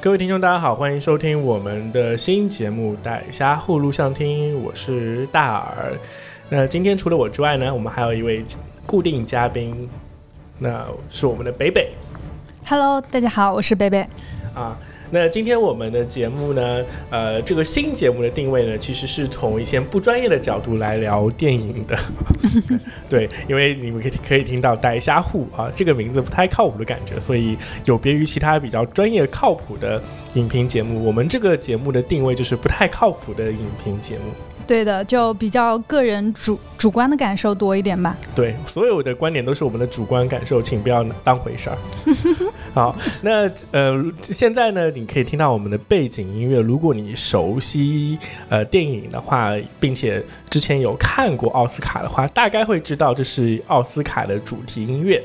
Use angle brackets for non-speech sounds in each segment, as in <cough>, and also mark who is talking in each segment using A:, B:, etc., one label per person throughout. A: 各位听众，大家好，欢迎收听我们的新节目《带虾户录像厅》，我是大耳。那今天除了我之外呢，我们还有一位固定嘉宾，那是我们的北北
B: Hello，大家好，我是贝贝。
A: 啊。那今天我们的节目呢，呃，这个新节目的定位呢，其实是从一些不专业的角度来聊电影的， <laughs> 对，因为你们可以可以听到“带虾户”啊这个名字不太靠谱的感觉，所以有别于其他比较专业靠谱的影评节目，我们这个节目的定位就是不太靠谱的影评节目。
B: 对的，就比较个人主主观的感受多一点吧。
A: 对，所有的观点都是我们的主观感受，请不要当回事儿。 <laughs> 好，那呃，现在呢，你可以听到我们的背景音乐。如果你熟悉呃电影的话，并且之前有看过奥斯卡的话，大概会知道这是奥斯卡的主题音乐。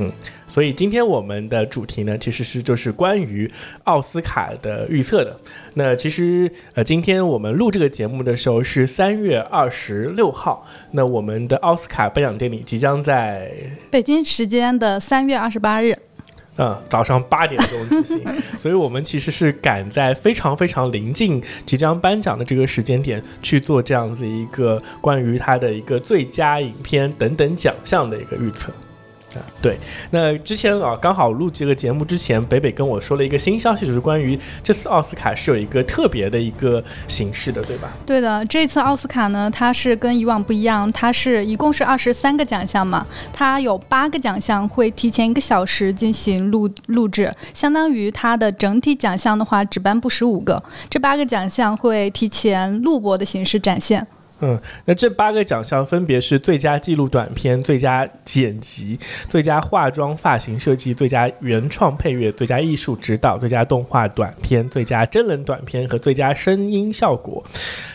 A: 嗯，所以今天我们的主题呢，其实是就是关于奥斯卡的预测的。那其实呃，今天我们录这个节目的时候是三月二十六号，那我们的奥斯卡颁奖典礼即将在
B: 北京时间的三月二十八日，
A: 嗯，早上八点钟举行，所以我们其实是赶在非常非常临近即将颁奖的这个时间点去做这样子一个关于它的一个最佳影片等等奖项的一个预测。啊，对，那之前啊，刚好录这个节目之前，北北跟我说了一个新消息，就是关于这次奥斯卡是有一个特别的一个形式的，对吧？
B: 对的，这次奥斯卡呢，它是跟以往不一样，它是一共是二十三个奖项嘛，它有八个奖项会提前一个小时进行录录制，相当于它的整体奖项的话只颁布十五个，这八个奖项会提前录播的形式展现。
A: 嗯，那这八个奖项分别是最佳纪录短片、最佳剪辑、最佳化妆发型设计、最佳原创配乐、最佳艺术指导、最佳动画短片、最佳真人短片和最佳声音效果。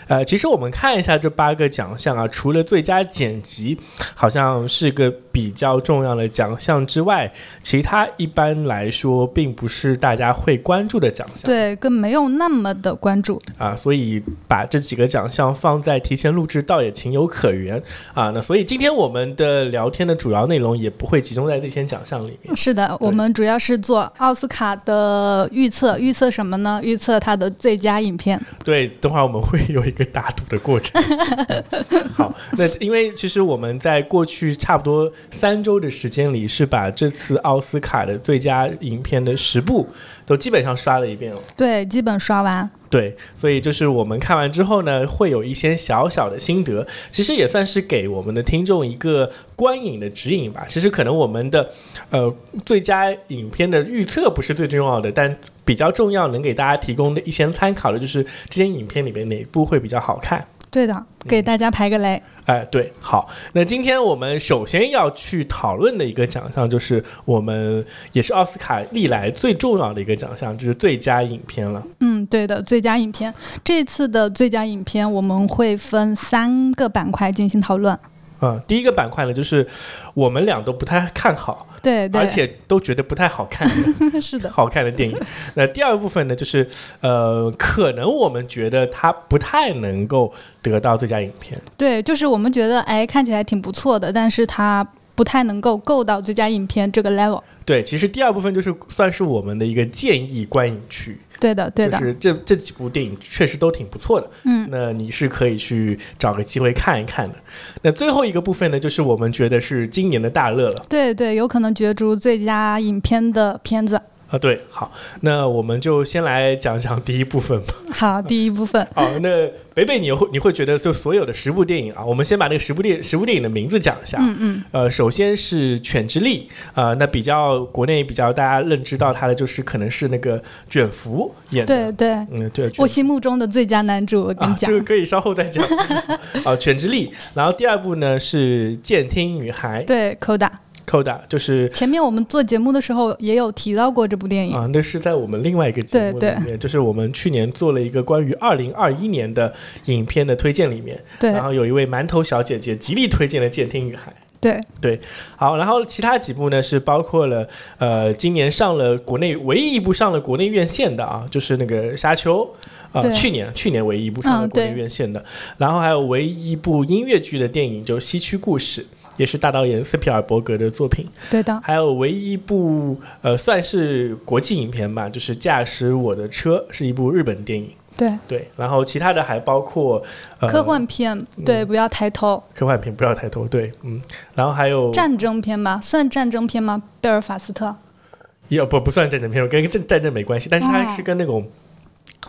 A: 呃，其实我们看一下这八个奖项啊，除了最佳剪辑好像是个比较重要的奖项之外，其他一般来说并不是大家会关注的奖项。
B: 对，更没有那么的关注。
A: 啊，所以把这几个奖项放在提前录制，倒也情有可原啊。那所以今天我们的聊天的主要内容也不会集中在这些奖项里面。 <laughs>
B: 是的，我们主要是做奥斯卡的预测，预测什么呢？预测它的最佳影片。
A: 对，等会儿我们会有一个打赌的过程。 <laughs> 嗯好，那因为其实我们在过去差不多三周的时间里，是把这次奥斯卡的最佳影片的十部都基本上刷了一遍了。哦
B: 对，基本刷完。
A: 对，所以就是我们看完之后呢，会有一些小小的心得，其实也算是给我们的听众一个观影的指引吧。其实可能我们的呃最佳影片的预测不是最重要的，但比较重要能给大家提供的一些参考的就是这些影片里面哪部会比较好看。嗯
B: 对的，给大家排个雷。
A: 哎，对，好，那今天我们首先要去讨论的一个奖项，就是我们也是奥斯卡历来最重要的一个奖项，就是最佳影片了。
B: 嗯，对的，最佳影片。这次的最佳影片我们会分三个板块进行讨论。
A: 嗯，第一个板块呢，就是我们俩都不太看好，
B: 对对，
A: 而且都觉得不太好看
B: <laughs> 是的，
A: 好看的电影。那第二部分呢，就是呃，可能我们觉得它不太能够得到最佳影片。
B: 对，就是我们觉得哎看起来挺不错的，但是它不太能够够到最佳影片这个 level。
A: 对，其实第二部分就是算是我们的一个建议观影区，
B: 对的，对
A: 就
B: 的，
A: 是这这几部电影确实都挺不错的，
B: 嗯，
A: 那你是可以去找个机会看一看的。那最后一个部分呢，就是我们觉得是今年的大乐了。
B: 对对，有可能角逐最佳影片的片子。
A: 啊，对，好，那我们就先来讲讲第一部分吧。
B: 好，第一部分。
A: 好，那北北，你会你会觉得就所有的十部电影啊，我们先把那个十部电十部电影的名字讲一下。
B: 嗯嗯，
A: 呃，首先是《犬之力》啊、那比较国内比较大家认知到它的就是可能是那个卷福演
B: 对
A: 的，
B: 对，
A: 嗯，对，卷
B: 我心目中的最佳男主，我跟你
A: 啊，
B: 讲，
A: 这个可以稍后再
B: <laughs>
A: 讲。啊，《犬之力》，然后第二部呢是《监听女孩
B: 对扣打。》
A: ，Koda，就是
B: 前面我们做节目的时候也有提到过这部电影，
A: 啊，那是在我们另外一个节目里
B: 对对
A: 面，就是我们去年做了一个关于二零二一年的影片的推荐里面，
B: 对
A: 然后有一位馒头小姐姐极力推荐了《监听女孩》。
B: 对
A: 好，然后其他几部呢是包括了呃，今年上了国内唯一一部上了国内院线的啊，就是那个《沙丘》啊、
B: 对
A: 去年去年唯一一部上了
B: 嗯
A: 国内
B: 对
A: 院线的，然后还有唯一一部音乐剧的电影就是《西区故事》。也是大导演斯皮尔伯格的作品。
B: 对的，
A: 还有唯一一部呃算是国际影片吧，就是《驾驶我的车》，是一部日本电影。
B: 对，
A: 对，然后其他的还包括、呃、
B: 科幻片，对，不要抬头，
A: 科幻片，不要抬头，对，嗯，然后还有
B: 战争片吧，算战争片吗？贝尔法斯特，
A: 也不不算战争片，跟战战争没关系，但是它
B: 哦
A: 是跟那种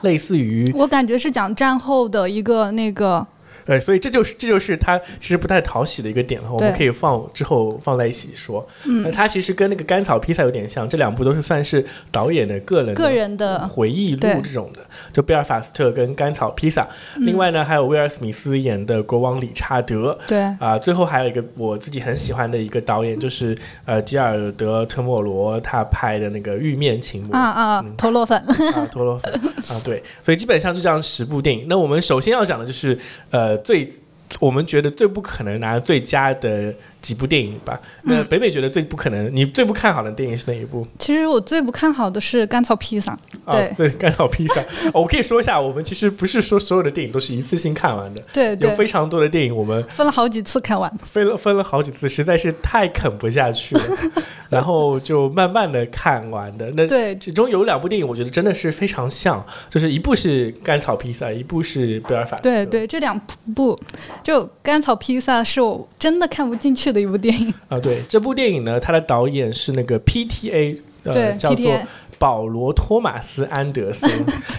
A: 类似于
B: 我感觉是讲战后的一个那个，
A: 对，呃所以这就是这就是它其实不太讨喜的一个点了。我们
B: 对
A: 可以放之后放在一起说。嗯，它其实跟那个甘草披萨有点像，这两部都是算是导演的个人的
B: 个人的
A: 回忆录
B: 对嗯
A: 这种的，就贝尔法斯特跟甘草披萨。另外呢，还有威尔史密斯演的国王理查德。
B: 对，
A: 啊、最后还有一个我自己很喜欢的一个导演，就是呃吉尔德·特莫罗他拍的那个《玉面情魔》
B: 啊啊，陀螺粉， <laughs>
A: 啊，陀螺粉啊，对，所以基本上就这样十部电影。那我们首先要讲的就是呃最我们觉得最不可能拿最佳的几部电影吧。那
B: 嗯
A: 北北觉得最不可能，你最不看好的电影是哪一部？
B: 其实我最不看好的是甘草披萨，
A: 啊
B: 对，
A: 对，干扰披萨、哦我可以说一下，我们其实不是说所有的电影都是一次性看完的，
B: 对
A: 有
B: 对，
A: 非常多的电影我们
B: 分了好几次看完，
A: 分了分了好几次，实在是太啃不下
B: <laughs>
A: 去了，然后就慢慢的看完的。那
B: 对
A: 其中有两部电影，我觉得真的是非常像，就是一部是《甘草披萨》，一部是《贝尔法斯特》。
B: 对对，这两部就甘草披萨是我真的看不进去的一部电影，
A: 啊，对这部电影呢，它的导演是那个 PTA，呃，
B: 对
A: 叫做
B: PTA
A: 保罗·托马斯·安德
B: <laughs>
A: 森。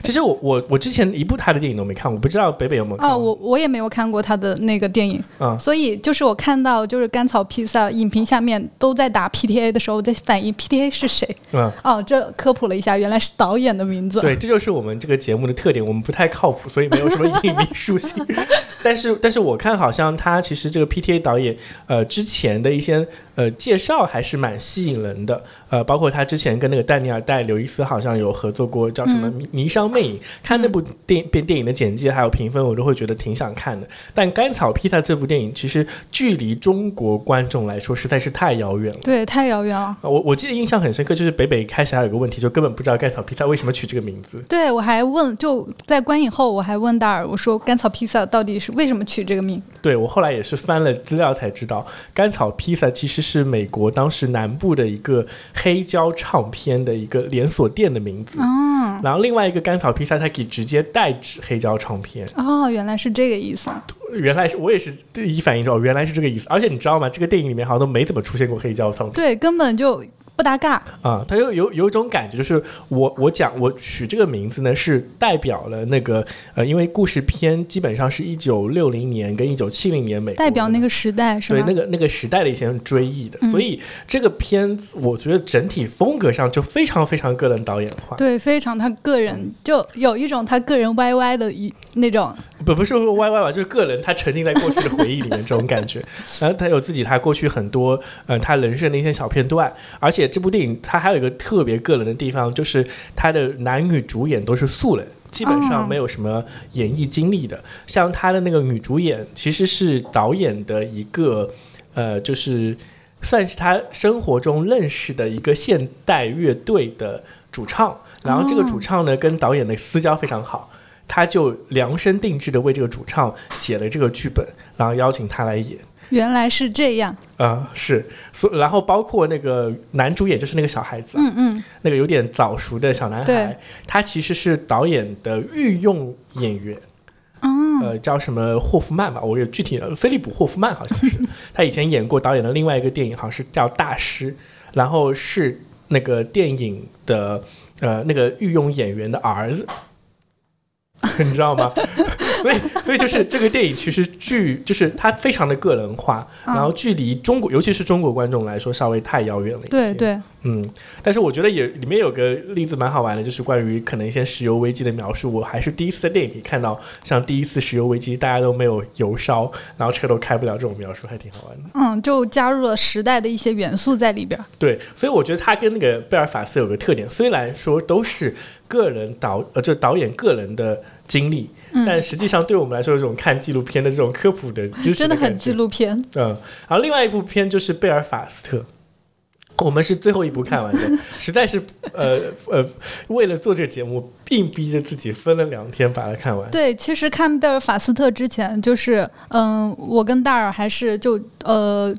A: 其实我我我之前一部他的电影都没看，我不知道北北有没有看
B: 哦，
A: 过。
B: 我我也没有看过他的那个电影，
A: 嗯
B: 所以就是我看到就是甘草披萨影评下面都在打 PTA 的时候，我在反应 PTA 是谁？
A: 嗯，
B: 哦，这科普了一下，原来是导演的名字。
A: 对，这就是我们这个节目的特点，我们不太靠谱，所以没有什么影迷属性。 <laughs> 但是，但是我看好像他其实这个 PTA 导演，呃，之前的一些呃介绍还是蛮吸引人的，呃，包括他之前跟那个丹尼尔戴刘易斯好像有合作过，叫什么《迷霓裳魅影》。看那部电影电电影的简介还有评分，我都会觉得挺想看的。但《甘草披萨》这部电影，其实距离中国观众来说实在是太遥远了。
B: 对，太遥远了。
A: 呃我我记得印象很深刻，就是北北开始还有个问题，就根本不知道甘草披萨为什么取这个名字。
B: 对，我还问，就在观影后，我还问大耳，我说甘草披萨到底是为什么取这个名？
A: 对我后来也是翻了资料才知道，甘草披萨其实是美国当时南部的一个黑胶唱片的一个连锁店的名字。
B: 嗯，
A: 然后另外一个甘草披萨，它可以直接代指黑胶唱片。
B: 哦，原来是这个意思。
A: 原来是我也是第一反应说，哦，原来是这个意思。而且你知道吗？这个电影里面好像都没怎么出现过黑胶唱片
B: 对，根本就不搭嘎。
A: 啊、它有有有一种感觉，就是我我讲我取这个名字呢，是代表了那个呃，因为故事片基本上是一九六零年跟一九七零年美国
B: 代表
A: 的
B: 那个时代是
A: 对
B: 吗？
A: 那个那个时代的一些追忆的，
B: 嗯
A: 所以这个片子我觉得整体风格上就非常非常个人导演化，
B: 对，非常他个
A: 嗯
B: 人，就有一种他个人 YY 的一那种，
A: 不不是说 YY 吧，就是个人他沉浸在过去的回忆里面这种感觉，然后他有自己他过去很多呃他人生的一些小片段，而且这部电影它还有一个特别个人的地方，就是他的男女主演都是素人。基本上
B: 哦
A: 没有什么演艺经历的，像他的那个女主演其实是导演的一个呃，就是算是他生活中认识的一个现代乐队的主唱。然后这个主唱呢，跟导演的私交非常好，他就量身定制的为这个主唱写了这个剧本，然后邀请他来演。
B: 原来是这样。
A: 啊、是，所然后包括那个男主演就是那个小孩子啊、
B: 嗯嗯，
A: 那个有点早熟的小男
B: 对
A: 孩，他其实是导演的御用演员，
B: 哦嗯
A: 呃，叫什么霍夫曼吧，我有具体的，菲利普霍夫曼好像
B: <laughs>
A: 是，他以前演过导演的另外一个电影，好像是叫《大师》，然后是那个电影的呃那个御用演员的儿子， <laughs> 你知道吗？ <laughs> 所以，所以就是这个电影其实距就是它非常的个人化，
B: 嗯
A: 然后距离中国，尤其是中国观众来说，稍微太遥远了一些。
B: 对对，
A: 嗯，但是我觉得也里面有个例子蛮好玩的，就是关于可能一些石油危机的描述。我还是第一次在电影里看到，像第一次石油危机大家都没有油烧，然后车都开不了这种描述，还挺好玩的。
B: 嗯，就加入了时代的一些元素在里边儿。
A: 对，所以我觉得他跟那个贝尔法斯有个特点，虽然说都是个人导呃，就导演个人的经历，
B: 嗯
A: 但实际上对我们来说，有种看纪录片的这种科普的知识
B: 真的
A: 感
B: 很
A: 觉
B: 纪录片。
A: 嗯，然后另外一部片就是《贝尔法斯特》，我们是最后一部看完的，实在是呃呃，为了做这个节目，硬逼着自己分了两天把它看完。
B: 对，其实看贝尔法斯特之前，就是嗯，我跟大耳还是就呃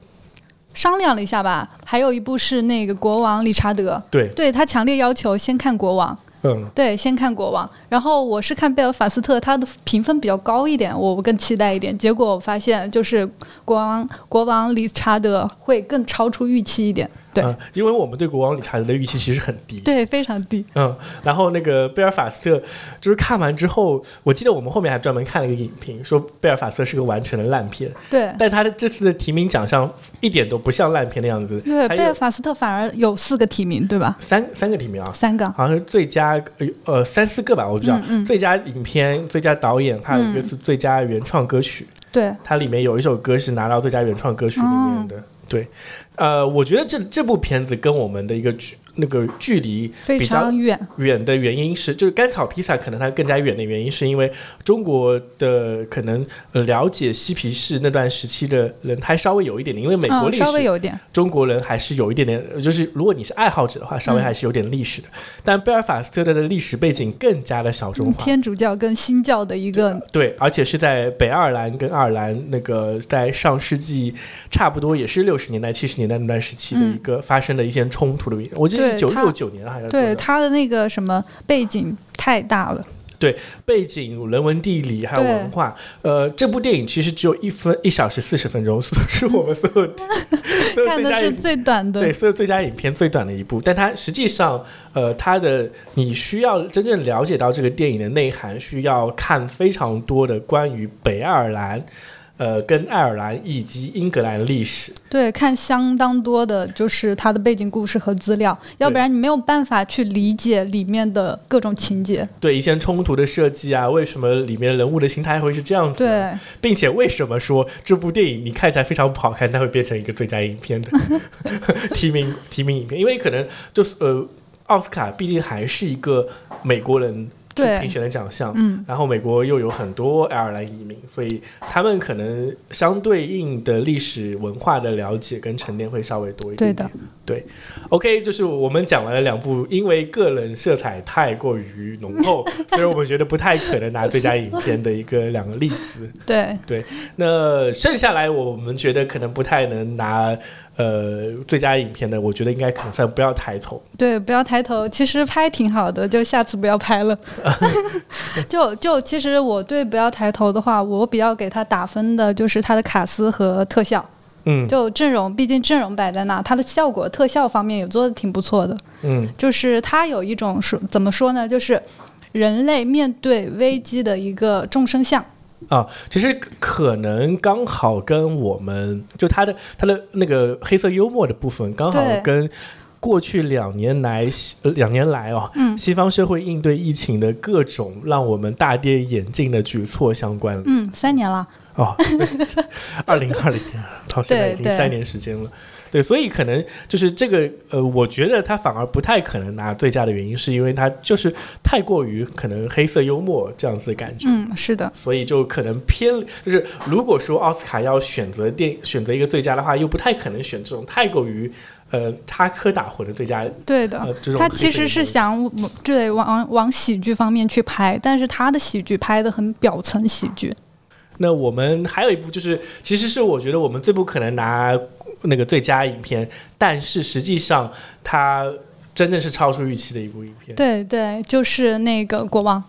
B: 商量了一下吧。还有一部是那个国王理查德，
A: 对，
B: 对他强烈要求先看国王，
A: 嗯，
B: 对，先看国王。然后我是看贝尔法斯特，他的评分比较高一点，我我更期待一点。结果我发现就是国王国王理查德会更超出预期一点，对、
A: 嗯因为我们对国王理查德的预期其实很低，
B: 对，非常低。
A: 嗯，然后那个贝尔法斯特，就是看完之后，我记得我们后面还专门看了一个影评，说贝尔法斯特是个完全的烂片，
B: 对
A: 但他的这次的提名奖项一点都不像烂片的样子，
B: 对，
A: 还
B: 贝尔
A: 有
B: 法斯特反而有四个提名，对吧？
A: 三三个提名啊，
B: 三个，
A: 好像是最佳呃呃三四个吧，我不知道，
B: 嗯嗯
A: 最佳影片、最佳导演，还有一个
B: 嗯
A: 是最佳原创歌曲，
B: 对，
A: 它里面有一首歌是拿到最佳原创歌曲里面
B: 哦
A: 的，对，呃，我觉得这这部片子跟我们的一个距那个距离
B: 非
A: 比较
B: 常远。
A: 远的原因是，就是甘草披萨可能它更加远的原因，是因为中国的可能呃了解嬉皮士那段时期的人还稍微有一点点，因为美国
B: 嗯，
A: 历
B: 稍微
A: 史、
B: 有一点，
A: 中国人还是有一点点，呃就是如果你是爱好者的话，稍
B: 嗯
A: 微还是有点历史的。但贝尔法斯特的历史背景更加的小众化，
B: 天主教跟新教的一个
A: 对，而且是在北爱尔兰跟爱尔兰那个在上世纪差不多也是六十年代、七十年代那段时期的一个发生的一些冲突的原因。我记得一
B: 嗯对
A: 九
B: 它
A: 六九年好像
B: 对
A: 是
B: 他的那个什么背景太大了，
A: 背景、人文地理还有
B: 对
A: 文化。呃，这部电影其实只有一分一小时四十分钟，是是我们所有
B: <laughs>
A: 所有
B: 看
A: 最
B: 的
A: 佳
B: 是
A: 影
B: 最短的
A: 对，，所有最佳影片最短的一部。但它实际上，呃，它的你需要真正了解到这个电影的内涵，需要看非常多的关于北爱尔兰。呃，跟爱尔兰以及英格兰历史，
B: 对，看相当多的就是他的背景故事和资料，要不然你没有办法去理解里面的各种情节。
A: 对一些冲突的设计啊，为什么里面人物的心态会是啊这样子？，
B: 对，
A: 并且为什么说这部电影你看起来非常不好看，它会变成一个最佳影片的提名提名影片？因为可能就是呃，奥斯卡毕竟还是一个美国人去
B: 对
A: 评选的奖项，
B: 嗯，
A: 然后美国又有很多爱尔兰移民，所以他们可能相对应的历史文化的了解跟沉淀会稍微多一点
B: 对的
A: 点。对 o k 就是我们讲完了两部，因为个人色彩太过于浓
B: <laughs>
A: 厚，所以我们觉得不太可能拿最佳影片的一个两个例子。
B: 对，
A: 那剩下来我们觉得可能不太能拿呃最佳影片的，我觉得应该可能算不要抬头。
B: 对，不要抬头。其实拍挺好的，就下次不要
A: <laughs>
B: 拍了。就就其实我对不要抬头的话，我比较给他打分的就是他的卡斯和特效，
A: 嗯
B: 就阵容，毕竟阵容摆在那，它的效果、特效方面也做的挺不错的。
A: 嗯
B: 就是它有一种说怎么说呢，就是人类面对危机的一个众生相。
A: 啊，其实可能刚好跟我们就他的他的那个黑色幽默的部分，刚好
B: 对
A: 跟过去两年来西呃两年来哦，
B: 嗯
A: 西方社会应对疫情的各种让我们大跌眼镜的举措相关了。
B: 嗯，三年了，
A: 哦， <laughs> 二零二零到现在已经
B: 对对
A: 三年时间了。对，所以可能就是这个，呃，我觉得他反而不太可能拿最佳的原因，是因为他就是太过于可能黑色幽默这样子的感觉，
B: 嗯，是的，
A: 所以就可能偏就是如果说奥斯卡要选择电选择一个最佳的话，又不太可能选这种太过于呃插科打诨的最佳，
B: 对的。
A: 呃，这种
B: 他
A: 黑色
B: 啊其实
A: 幽
B: 是
A: 默
B: 想对往往喜剧方面去拍，但是他的喜剧拍的很表层喜剧。
A: 啊那我们还有一部就是，其实是我觉得我们最不可能拿那个最佳影片，但是实际上它真的是超出预期的一部影片，《
B: 对对，就是那个国王，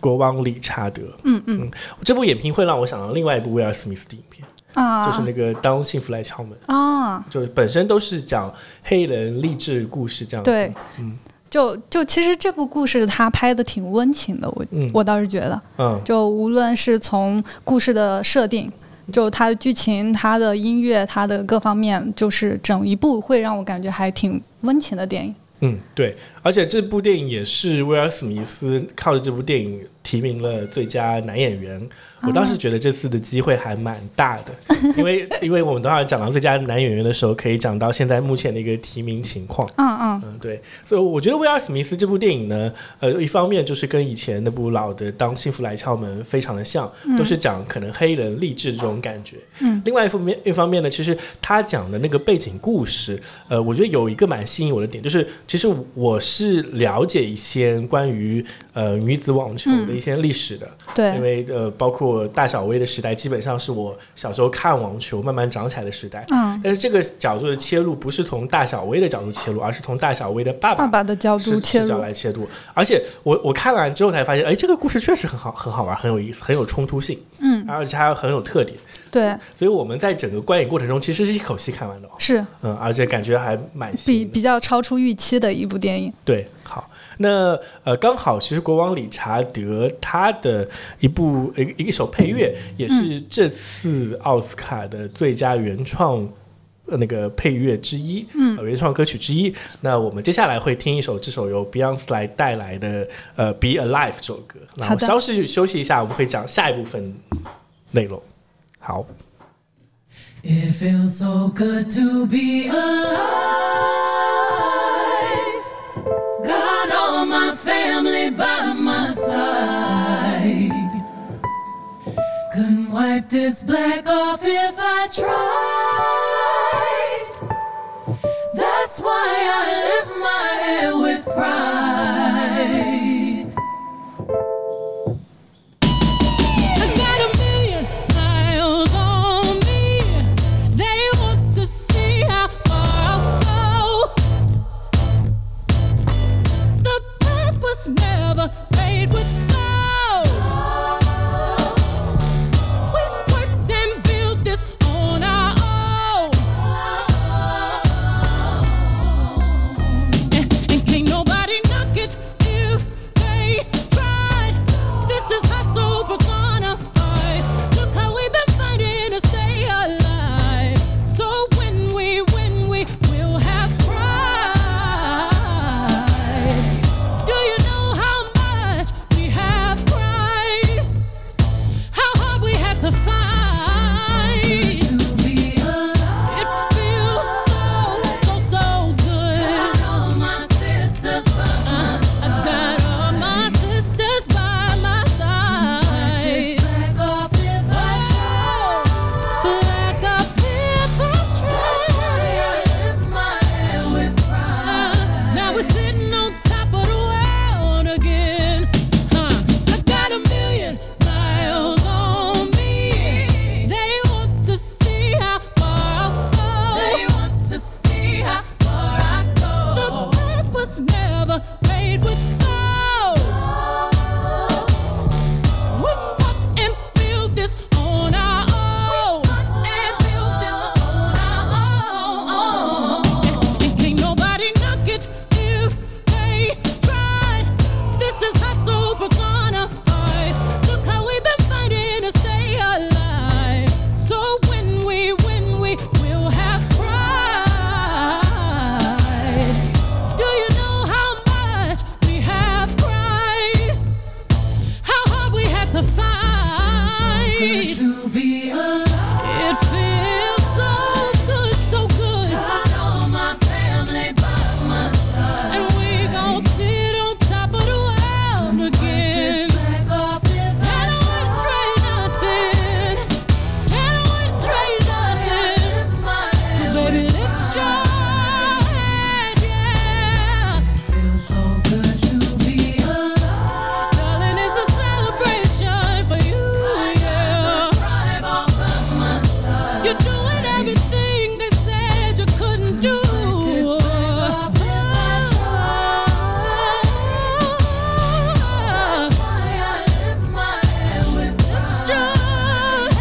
A: 国王理查德》
B: 嗯嗯
A: 这部影片会让我想到另外一部威尔史密斯的影片，
B: 啊
A: 就是那个《当幸福来敲门》，
B: 啊，
A: 就是本身都是讲黑人励志故事这样子。
B: 对，
A: 嗯
B: 就就其实这部故事他拍的挺温情的，我、
A: 嗯
B: 我倒是觉得。
A: 嗯
B: 就无论是从故事的设定，就它的剧情、它的音乐、它的各方面，就是整一部会让我感觉还挺温情的电影。
A: 嗯，对，而且这部电影也是威尔史密斯靠着这部电影提名了最佳男演员。我当时觉得这次的机会还蛮大的，因为因为我们等会儿讲到最佳男演员的时候，可以讲到现在目前的一个提名情况。
B: 嗯嗯，
A: 嗯，对，所以我觉得威尔史密斯这部电影呢，呃，一方面就是跟以前那部老的《当幸福来敲门》非常的像，都是讲可能黑人励志这种感觉。
B: 嗯，
A: 另外一方面，一方面呢，其实他讲的那个背景故事，呃，我觉得有一个蛮吸引我的点，就是其实我是了解一些关于呃女子网球的一些历史的，因
B: 嗯对，
A: 为呃，包括大小威的时代，基本上是我小时候看网球慢慢长起来的时代。
B: 嗯，
A: 但是这个角度的切入不是从大小威的角度切入，而是从大小威的爸爸
B: 爸爸的角
A: 视
B: 度切
A: 视角
B: 入，
A: 来切入。而且我我看完之后才发现，哎，这个故事确实很好，很好玩，很有意思，很有冲突性，
B: 嗯，
A: 而且它很有特点。
B: 对，
A: 所以我们在整个观影过程中其实是一口气看完的哦，
B: 是
A: 嗯，而且感觉还蛮
B: 比
A: 新的。
B: 比较超出预期的一部电影。
A: 对，好，那呃，刚好其实国王理查德他的一部呃一一首配乐也是这次奥斯卡的最佳原创。呃那个配乐之一，嗯、原创歌曲之一。那我们接下来会听一首这首由 Beyonce 来带来的呃《Be Alive》这首歌。那
B: 好
A: 我
B: 的
A: 稍事休息一下，我们会讲下一部分内容。好。
C: It feels so good to be alive. Got all my family by my side. Couldn't wipe this black off if I tried. That's why I lift my head with pride. I got a million miles on me. They want to see how far I'll go. The path was never made with love. We worked and built this on our own. And and can't nobody knock it if they tried. This is hustle personified. Look how we've been fighting to stay alive. So when we win, we will have pride. Do you know how much we have cried? How hard we had to fight. It feels so, so, so good. I got all my sisters by my side. Black off if I try. Now we're sitting on top of the world again. Huh. I got a million miles on me. They want to see how far I'll go. The path was never made with gold. We fought and built this on our own. and built this on our own. And can't nobody knock it if they tried. This is hustle personified. Look how we've been fighting to stay alive. So when we win, we will have pride. Do you know how much we have cried? How hard we had to fight.
D: to be alive.
C: It feels so good, so good.
D: Got all my family by my side.
C: And we gon' sit on top of the world again.
D: Back off if I
C: And I wouldn't trade nothing. And I wouldn't trade nothing.
D: lift my
C: So
D: head.
C: baby, lift your head, yeah.
D: Feels so good to be alive.
C: Darling, it's a celebration for you, yeah.
D: Tribe all by my side.
C: You're doing everything they said you couldn't do.
D: That's why I lift my head with pride.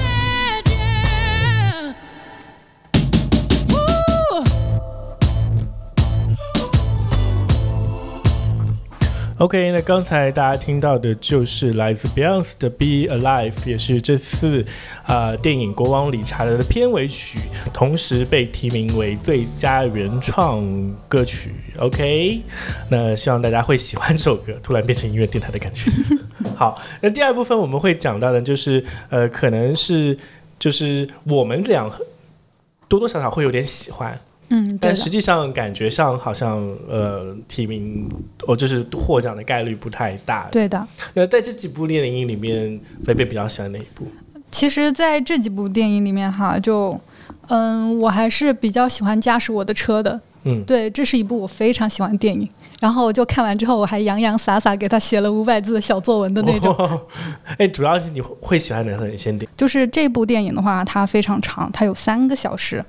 A: OK，那刚才大家听到的就是来自 Beyonce 的《Be Alive》，也是这次啊、呃电影《国王理查德》的片尾曲，同时被提名为最佳原创歌曲。OK，那希望大家会喜欢这首歌，突然变成音乐电台的感觉。好，那第二部分我们会讲到的，就是呃，可能是就是我们俩多多少少会有点喜欢，
B: 嗯，对
A: 但
B: 的
A: 实际上感觉上好像呃提名哦就是获奖的概率不太大。
B: 对的。
A: 那在这几部电影里面，贝贝比较喜欢哪一部？
B: 其实，在这几部电影里面，哈，就，嗯，我还是比较喜欢《驾驶我的车》的。
A: 嗯
B: 对，这是一部我非常喜欢的电影。然后我就看完之后，我还洋洋洒洒给他写了五百字的小作文的那种。
A: 种。 <laughs> 哎，主要是你会喜欢哪部先点？
B: 就是这部电影的话，它非常长，它有三个小时，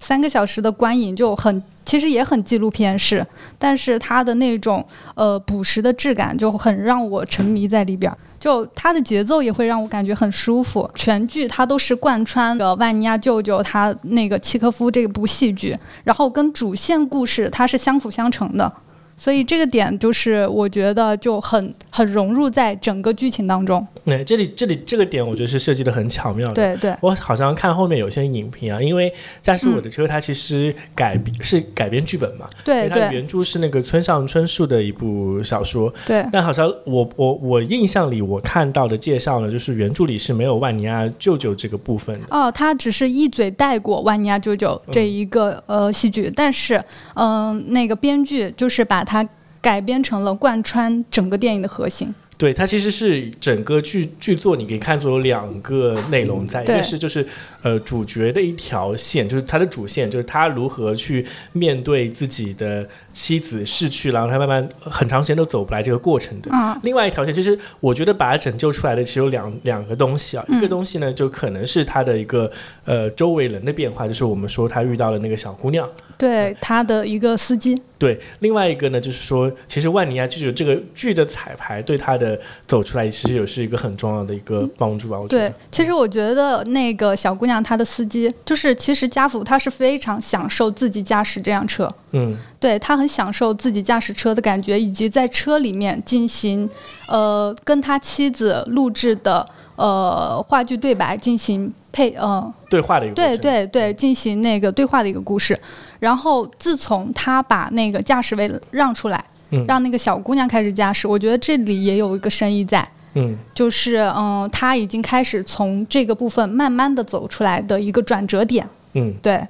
B: 三个小时的观影就很，其实也很纪录片式，但是它的那种呃朴实的质感就很让我沉迷在里边儿。就它的节奏也会让我感觉很舒服，全剧它都是贯穿着万尼亚舅舅他那个契科夫这部戏剧，然后跟主线故事它是相辅相成的，所以这个点就是我觉得就很很融入在整个剧情当中。
A: 那、这里这里这个点，我觉得是设计的很巧妙的。
B: 对对，
A: 我好像看后面有些影评啊，因为《驾驶我的车》它其实改、是改编剧本嘛，
B: 对
A: 因为它
B: 对
A: 原著是那个村上春树的一部小说，
B: 对，
A: <laughs> 但好像我我我印象里我看到的介绍呢，就是原著里是没有万尼亚舅舅这个部分的。
B: 哦，他只是一嘴带过《万尼亚舅舅》
A: 嗯
B: 这一个、呃戏剧，但是嗯、那个编剧就是把它改编成了贯穿整个电影的核心。
A: 对，它其实是整个剧剧作，你可以看作有两个内容在，一
B: 对
A: 个是就是呃主角的一条线，就是他的主线，就是他如何去面对自己的妻子逝去，然后他慢慢很长时间都走不来这个过程的。
B: 嗯，
A: 另外一条线就是，我觉得把他拯救出来的只有两两个东西啊，
B: 嗯
A: 一个东西呢，就可能是他的一个呃周围人的变化，就是我们说他遇到了那个小姑娘，
B: 对，他的一个司机，
A: 对，另外一个呢，就是说，其实万尼亚就是这个剧的彩排对他的走出来，其实也是一个很重要的一个帮助吧。我觉
B: 对
A: 得，，
B: 其实我觉得那个小姑娘她的司机，就是其实家福他是非常享受自己驾驶这辆车，
A: 嗯，
B: 对他很享受自己驾驶车的感觉，以及在车里面进行，呃，跟他妻子录制的呃话剧对白进行配，呃，
A: 对话的一个过
B: 对
A: 程
B: 对对，进行那个对话的一个故事。然后自从他把那个驾驶位让出来，
A: 嗯
B: 让那个小姑娘开始驾驶，我觉得这里也有一个深意在，
A: 嗯，
B: 就是嗯，他已经开始从这个部分慢慢的走出来的一个转折点。
A: 嗯，
B: 对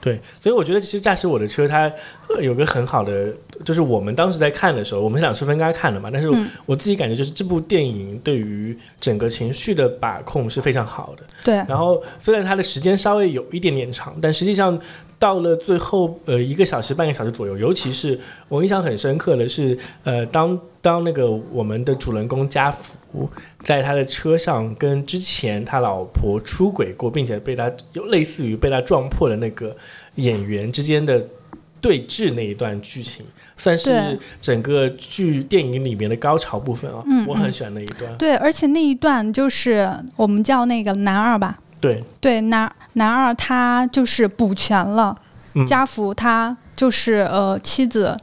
A: 对，所以我觉得其实驾驶我的车它，呃有个很好的，就是我们当时在看的时候，我们是两次分开看的嘛，但是我,、
B: 嗯
A: 自己感觉就是这部电影对于整个情绪的把控是非常好的。
B: 对
A: 然后虽然它的时间稍微有一点点长，但实际上到了最后呃一个小时半个小时左右，尤其是我印象很深刻的是，呃，当当那个我们的主人公家福在他的车上跟之前他老婆出轨过，并且被他有类似于被他撞破的那个演员之间的对峙那一段剧情。算是
B: 对
A: 整个剧电影里面的高潮部分啊，
B: 嗯
A: 我很喜欢那一段。
B: 对，而且那一段就是我们叫那个男二吧，
A: 对，
B: 对，男男二他就是补全了
A: 嗯
B: 家福，他就是呃妻子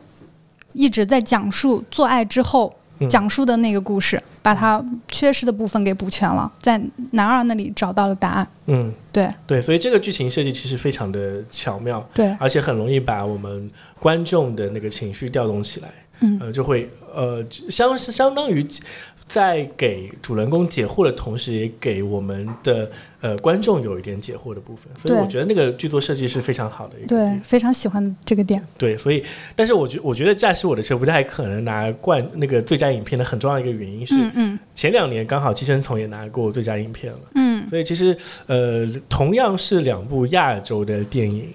B: 一直在讲述做爱之后
A: 嗯
B: 讲述的那个故事，把他缺失的部分给补全了，在男二那里找到了答案。
A: 嗯，
B: 对
A: 对，所以这个剧情设计其实非常的巧妙，
B: 对
A: 而且很容易把我们观众的那个情绪调动起来，
B: 嗯
A: 呃，就会呃相相当于在给主人公解惑的同时，也给我们的呃观众有一点解惑的部分，所以
B: 对
A: 我觉得那个剧作设计是非常好的一个
B: 对，非常喜欢这个点。
A: 对，所以，但是我觉我觉得《驾驶我的车》不太可能拿冠那个最佳影片的很重要一个原因是，
B: 嗯嗯
A: 前两年刚好《寄生虫》也拿过最佳影片了。
B: 嗯
A: 所以其实呃，同样是两部亚洲的电影，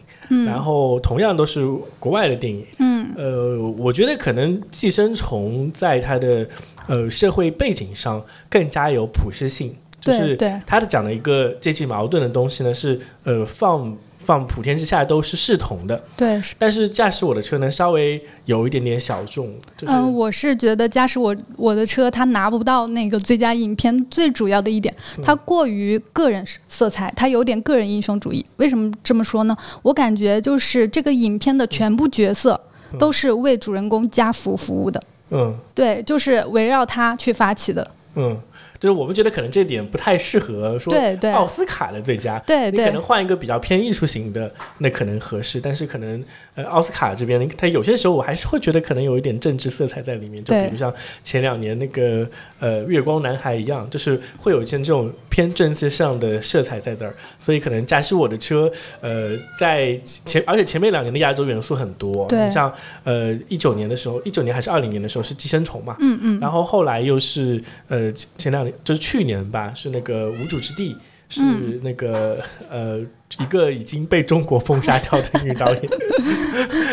A: 然后同样都是国外的电影。
B: 嗯，
A: 呃，我觉得可能《寄生虫》在它的呃社会背景上更加有普适性，就
B: 对
A: 是
B: 对
A: 它的讲的一个阶级矛盾的东西呢，是呃放放普天之下都是视同的，
B: 对，
A: 但是驾驶我的车呢，稍微有一点点小众，就是、
B: 嗯，我是觉得《驾驶我我的车》它拿不到那个最佳影片，最主要的一点，
A: 嗯
B: 它过于个人色彩，它有点个人英雄主义。为什么这么说呢？我感觉就是这个影片的全部角色都是为主人公家福服务的，
A: 嗯。
B: 对，就是围绕他去发起的。
A: 嗯，就是我们觉得可能这点不太适合说
B: 对对
A: 奥斯卡的最佳，
B: 对
A: 你
B: 对
A: 可能换一个比较偏艺术型的，那可能合适，但是可能呃奥斯卡这边，它有些时候我还是会觉得可能有一点政治色彩在里面，就比
B: 对
A: 如像前两年那个呃月光男孩一样，就是会有一些这种偏政治上的色彩在这儿，所以可能驾驶我的车，呃，在前而且前面两年的亚洲元素很多，
B: 对
A: 你像呃一九年的时候，一九年还是二零年的时候是寄生虫嘛，
B: 嗯嗯，
A: 然后后来又是呃前前两年就是去年吧，是那个无主之地，是
B: 嗯
A: 那个、
B: <laughs>
A: 呃一个已经被中国封杀掉的女导演，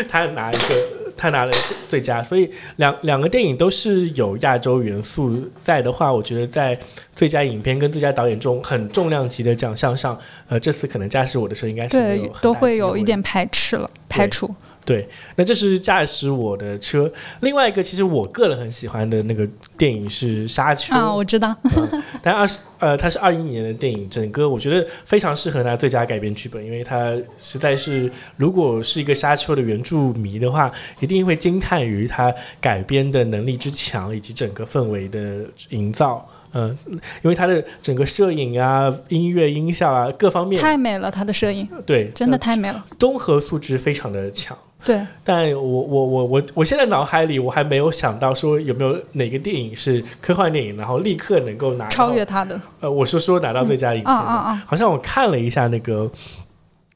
A: 她拿一个他拿了最佳，所以两两个电影都是有亚洲元素在的话，我觉得在最佳影片跟最佳导演中很重量级的奖项上，呃，这次可能《驾驶我的车》应该是没有
B: 对
A: 很大
B: 都会
A: 机
B: 有
A: 会
B: 一点排斥了，排除。
A: 对，那这是驾驶我的车。另外一个，其实我个人很喜欢的那个电影是《沙丘》
B: 啊，我知道，
A: 但二十呃，它是二一年的电影，整个我觉得非常适合拿最佳改编剧本，因为它实在是，如果是一个《沙丘》的原著迷的话，一定会惊叹于它改编的能力之强，以及整个氛围的营造。嗯、因为它的整个摄影啊、音乐、音效啊各方面，
B: 太美了，他的摄影
A: 对，
B: 真的
A: 呃
B: 太美了。
A: 综合素质非常的强。
B: 对，
A: 但我我我我我现在脑海里我还没有想到说有没有哪个电影是科幻电影，然后立刻能够拿到
B: 超越。他的
A: 呃，我是说拿到最佳影片的。
B: 啊啊啊！
A: 好像我看了一下那个，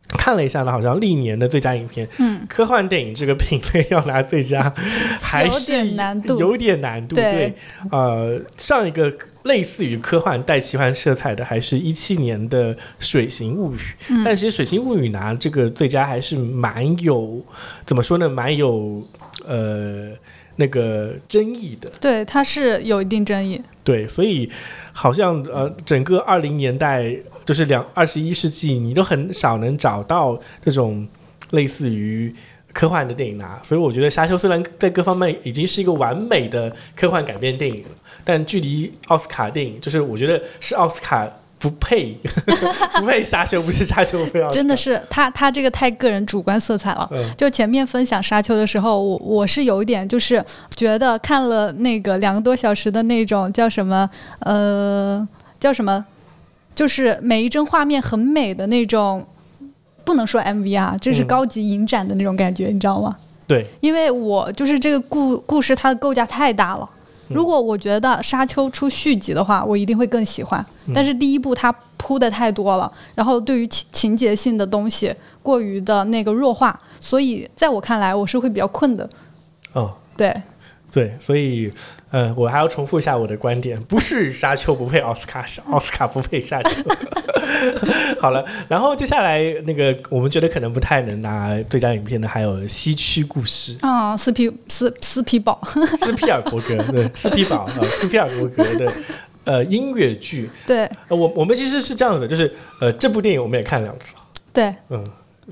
A: 看了一下呢，好像历年的最佳影片，
B: 嗯，
A: 科幻电影这个品类要拿最
B: <laughs>
A: 佳，还是
B: 有点难度
A: 有点难度。
B: 对
A: 对，呃，上一个类似于科幻带奇幻色彩的，还是一七年的《水形物语》
B: 嗯
A: 但其实《水形物语》拿这个最佳还是蛮有，怎么说呢，蛮有呃那个争议的。
B: 对，他是有一定争议。
A: 对，所以好像呃，整个二零年代就是两二十一世纪，你都很少能找到这种类似于科幻的电影拿、所以我觉得《沙丘》虽然在各方面已经是一个完美的科幻改编电影了，但距离奥斯卡电影，就是我觉得是奥斯卡不配， <laughs> 不配《沙丘》，不是《沙丘》不配奥斯卡，
B: 真的是他他这个太个人主观色彩了。
A: 嗯
B: 就前面分享《沙丘》的时候，我我是有一点就是觉得看了那个两个多小时的那种叫什么呃叫什么，就是每一帧画面很美的那种，不能说 MV 啊，这是
A: 嗯
B: 高级影展的那种感觉，你知道吗？
A: 对，
B: 因为我就是这个故故事它的构架太大了。如果我觉得《沙丘》出续集的话，我一定会更喜欢。但是第一部它铺的太多了，然后对于情情节性的东西过于的那个弱化，所以在我看来我是会比较困的。
A: 嗯。
B: 对，》
A: 对，所以，呃，我还要重复一下我的观点，不是沙丘不配奥斯卡，是奥斯卡不配沙丘。好了，然后接下来那个我们觉得可能不太能拿最佳影片的，还有《西区故事
B: 啊、斯皮斯斯皮堡，
A: 斯皮尔伯格对，斯皮堡啊、呃斯皮尔伯格的呃音乐剧。
B: 对
A: 呃我我们其实是这样子，就是呃这部电影我们也看了两次，
B: 对，
A: 嗯，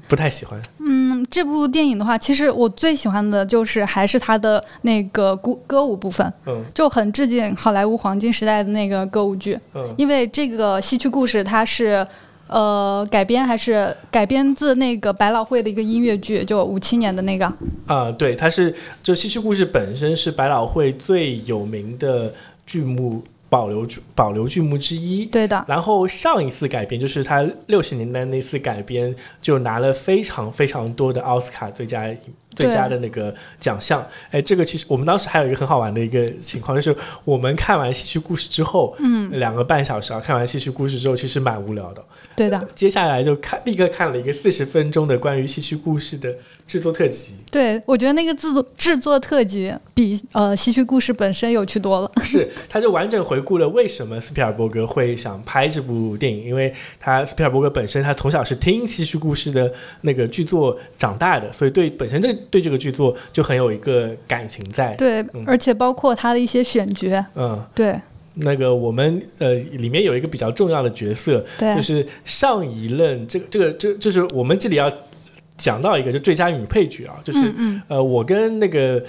A: 不太喜欢。
B: 嗯，这部电影的话，其实我最喜欢的就是还是它的那个歌歌舞部分，
A: 嗯
B: 就很致敬好莱坞黄金时代的那个歌舞剧。
A: 嗯
B: 因为这个戏曲故事它是呃改编还是改编自那个百老汇的一个音乐剧，就五七年的那个。
A: 啊、对，它是就戏曲故事本身是百老汇最有名的剧目保留剧保留剧目之一。
B: 对的，
A: 然后上一次改编就是他六十年代那次改编，就拿了非常非常多的奥斯卡最佳最佳的那个奖项。哎，这个其实我们当时还有一个很好玩的一个情况，就是我们看完《戏曲故事》之后，嗯，两个半小时啊，看完《戏曲故事》之后，其实蛮无聊的。
B: 对的，
A: 接下来就看立刻看了一个四十分钟的关于《戏曲故事》的制作特辑。
B: 对我觉得那个制作制作特辑比呃戏曲故事本身有趣多了。 <laughs>
A: <laughs> 是，他就完整回顾了为什么斯皮尔伯格会想拍这部电影，因为他斯皮尔伯格本身他从小是听戏剧故事的那个剧作长大的，所以对本身对对这个剧作就很有一个感情在。
B: 对
A: 嗯，
B: 而且包括它的一些选角，
A: 嗯，
B: 对
A: 那个我们呃里面有一个比较重要的角色，
B: 对
A: 就是上一任这个这个这就是我们这里要讲到一个就最佳女配角啊，就是、
B: 嗯嗯
A: 呃，我跟那个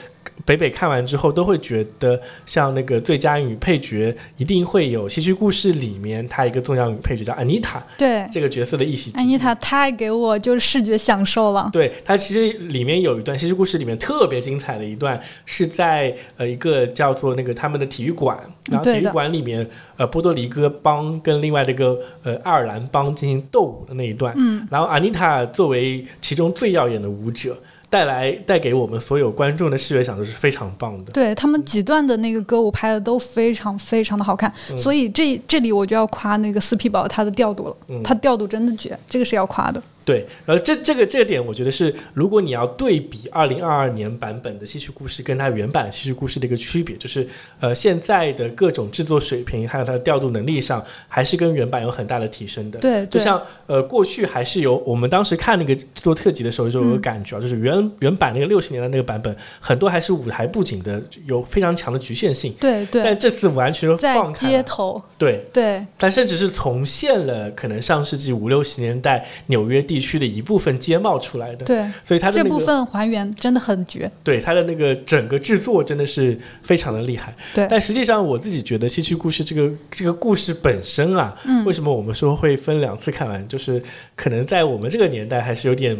A: 北北看完之后，都会觉得像那个最佳女配角一定会有《戏剧故事》里面她一个重要女配角叫安妮塔
B: 对，
A: 这个角色的一席之地
B: 安妮塔太给我就是视觉享受了。
A: 对它其实里面有一段《戏剧故事》里面特别精彩的一段，是在呃一个叫做那个他们的体育馆，然后
B: 嗯对
A: 体育
B: 的
A: 馆里面呃波多黎各帮跟另外这个呃爱尔兰帮进行斗舞的那一段，
B: 嗯，
A: 然后安妮塔作为其中最耀眼的舞者，带来带给我们所有观众的视觉享受是非常棒的。
B: 对他们几段的那个歌舞拍的都非常非常的好看，所以这这里我就要夸那个斯皮堡他的调度了，
A: 嗯
B: 他调度真的绝，这个是要夸的。
A: 对，然后这这个这个点，我觉得是如果你要对比二零二二年版本的戏曲故事跟它原版的戏曲故事的一个区别，就是呃现在的各种制作水平还有它的调度能力上，还是跟原版有很大的提升的。
B: 对
A: 就
B: 对，
A: 像呃，过去还是有我们当时看那个制作特辑的时候，就有个
B: 嗯
A: 感觉啊，就是原原版那个六十年代那个版本，很多还是舞台布景的，有非常强的局限性。
B: 对对，
A: 但这次完全
B: 在
A: 放开
B: 街
A: 了，
B: 头，
A: 对，
B: 对
A: 但甚至是重现了可能上世纪五六十年代纽约地区的一部分街貌出来的。，
B: 对，
A: 所以它的
B: 这
A: 那
B: 部
A: 个
B: 分还原真的很绝。
A: 对它的那个整个制作真的是非常的厉害。
B: 对，
A: 但实际上，我自己觉得《西区故事》这个这个故事本身啊，
B: 嗯
A: 为什么我们说会分两次看完？就是可能在我们这个年代还是有点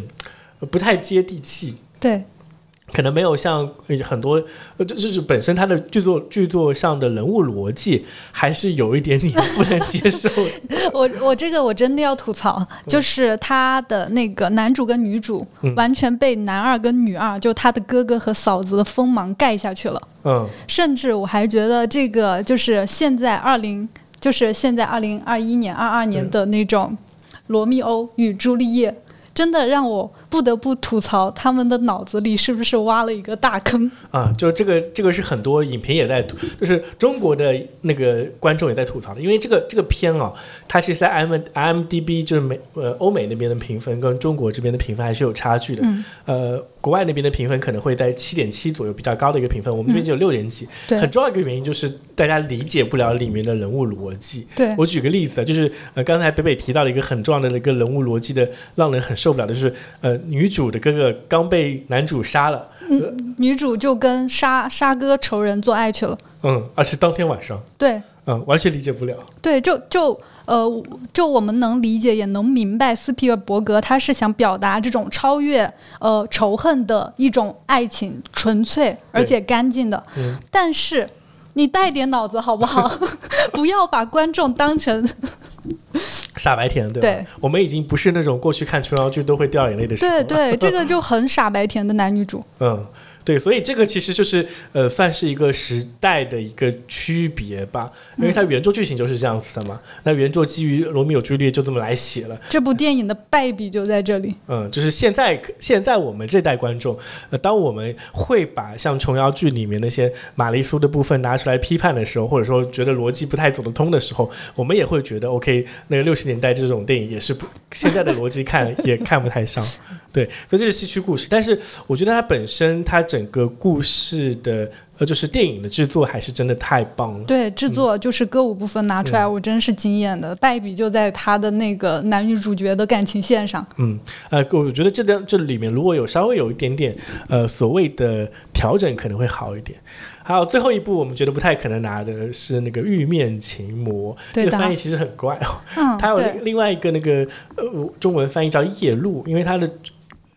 A: 呃不太接地气，
B: 对 <laughs>
A: 可能没有像呃很多，呃就就是本身它的剧作剧作上的人物逻辑还是有一点点不能接受
B: <laughs>
A: 的。
B: 我，我这个我真的要吐槽，就是他的那个男主跟女主
A: 嗯
B: 完全被男二跟女二，就他的哥哥和嫂子的锋芒盖下去了。
A: 嗯，
B: 甚至我还觉得这个就是现在二零，就是现在二零二一年、二二年的那种《罗密欧与朱丽叶》，真的让我不得不吐槽他们的脑子里是不是挖了一个大坑？
A: 啊，就这个这个是很多影评也在吐，就是中国的那个观众也在吐槽的，因为这个这个片啊，它其实在 M M D B 就是美呃欧美那边的评分跟中国这边的评分还是有差距的，
B: 嗯
A: 呃，国外那边的评分可能会在七点七左右比较高的一个评分，我们这边只有六点几，
B: 嗯对
A: 很重要一个原因就是大家理解不了里面的人物逻辑。
B: 对
A: 我举个例子啊，就是呃，刚才北北提到了一个很重要的一个人物逻辑的，让人很受不了的，就是呃，女主的哥哥刚被男主杀了，
B: 女主就跟沙沙哥仇人做爱去了。
A: 嗯，而且当天晚上，
B: 对
A: 嗯，完全理解不了。
B: 对，就就呃，就我们能理解也能明白，斯皮尔伯格他是想表达这种超越呃仇恨的一种爱情，纯粹而且干净的。
A: 嗯
B: 但是你带点脑子好不好？ <laughs> 不要把观众当成
A: 傻白甜，对吧？
B: 对
A: 我们已经不是那种过去看琼瑶剧都会掉眼泪的时候。
B: 对，对，这个就很傻白甜的男女主。
A: 嗯，对，所以这个其实就是呃，算是一个时代的一个区别吧，因为它原著剧情就是这样子的嘛。那原著基于《罗密欧朱丽叶》就这么来写了，
B: 这部电影的败笔就在这里。
A: 嗯，就是现在现在我们这代观众，呃，当我们会把像琼瑶剧里面那些玛丽苏的部分拿出来批判的时候，或者说觉得逻辑不太走得通的时候，我们也会觉得 OK，那个六十年代这种电影也是不现在的逻辑看也看不太上，对，所以这是戏曲故事，但是我觉得它本身它整个故事的呃就是电影的制作还是真的太棒了，
B: 对，制作就是歌舞部分拿出
A: 嗯
B: 来，我真是惊艳的。败笔就在他的那个男女主角的感情线上。
A: 嗯，呃，我觉得这段这里面如果有稍微有一点点呃所谓的调整，可能会好一点。还有最后一部，我们觉得不太可能拿的是那个《玉面琴魔》，
B: 对
A: 这
B: 的
A: 个翻译其实很怪哦。
B: 嗯，
A: 它有
B: 对。
A: 另外一个那个呃中文翻译叫《夜路》，因为它的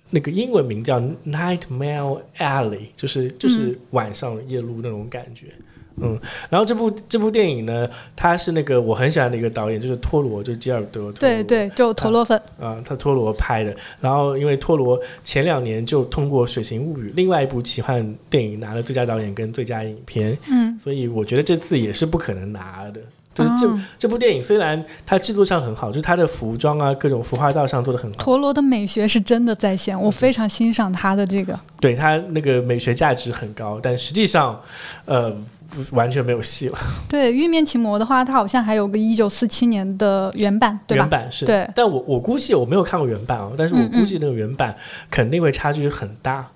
A: 那个英文名叫 Nightmare Alley，就是
B: 嗯
A: 就是晚上夜路那种感觉。嗯，然后这部这部电影呢，它是那个我很喜欢的一个导演，就是托罗，就是吉尔德托罗。
B: 对对，就陀螺粉，
A: 啊，他托罗拍的。然后因为托罗前两年就通过《水形物语》另外一部奇幻电影拿了最佳导演跟最佳影片，
B: 嗯，
A: 所以我觉得这次也是不可能拿的。就是这、
B: 哦
A: 这部电影虽然它制作上很好，就是它的服装啊各种服化道上做的很好，
B: 陀螺的美学是真的在线，
A: 嗯
B: 我非常欣赏他的这个。
A: 对它那个美学价值很高，但实际上，呃，不完全没有戏了。
B: 对《玉面琴魔》的话，它好像还有个一九四七年的原版，对吧？
A: 原版是，
B: 对
A: 但我我估计我没有看过原版啊，但是我
B: 嗯嗯
A: 估计那个原版肯定会差距很大。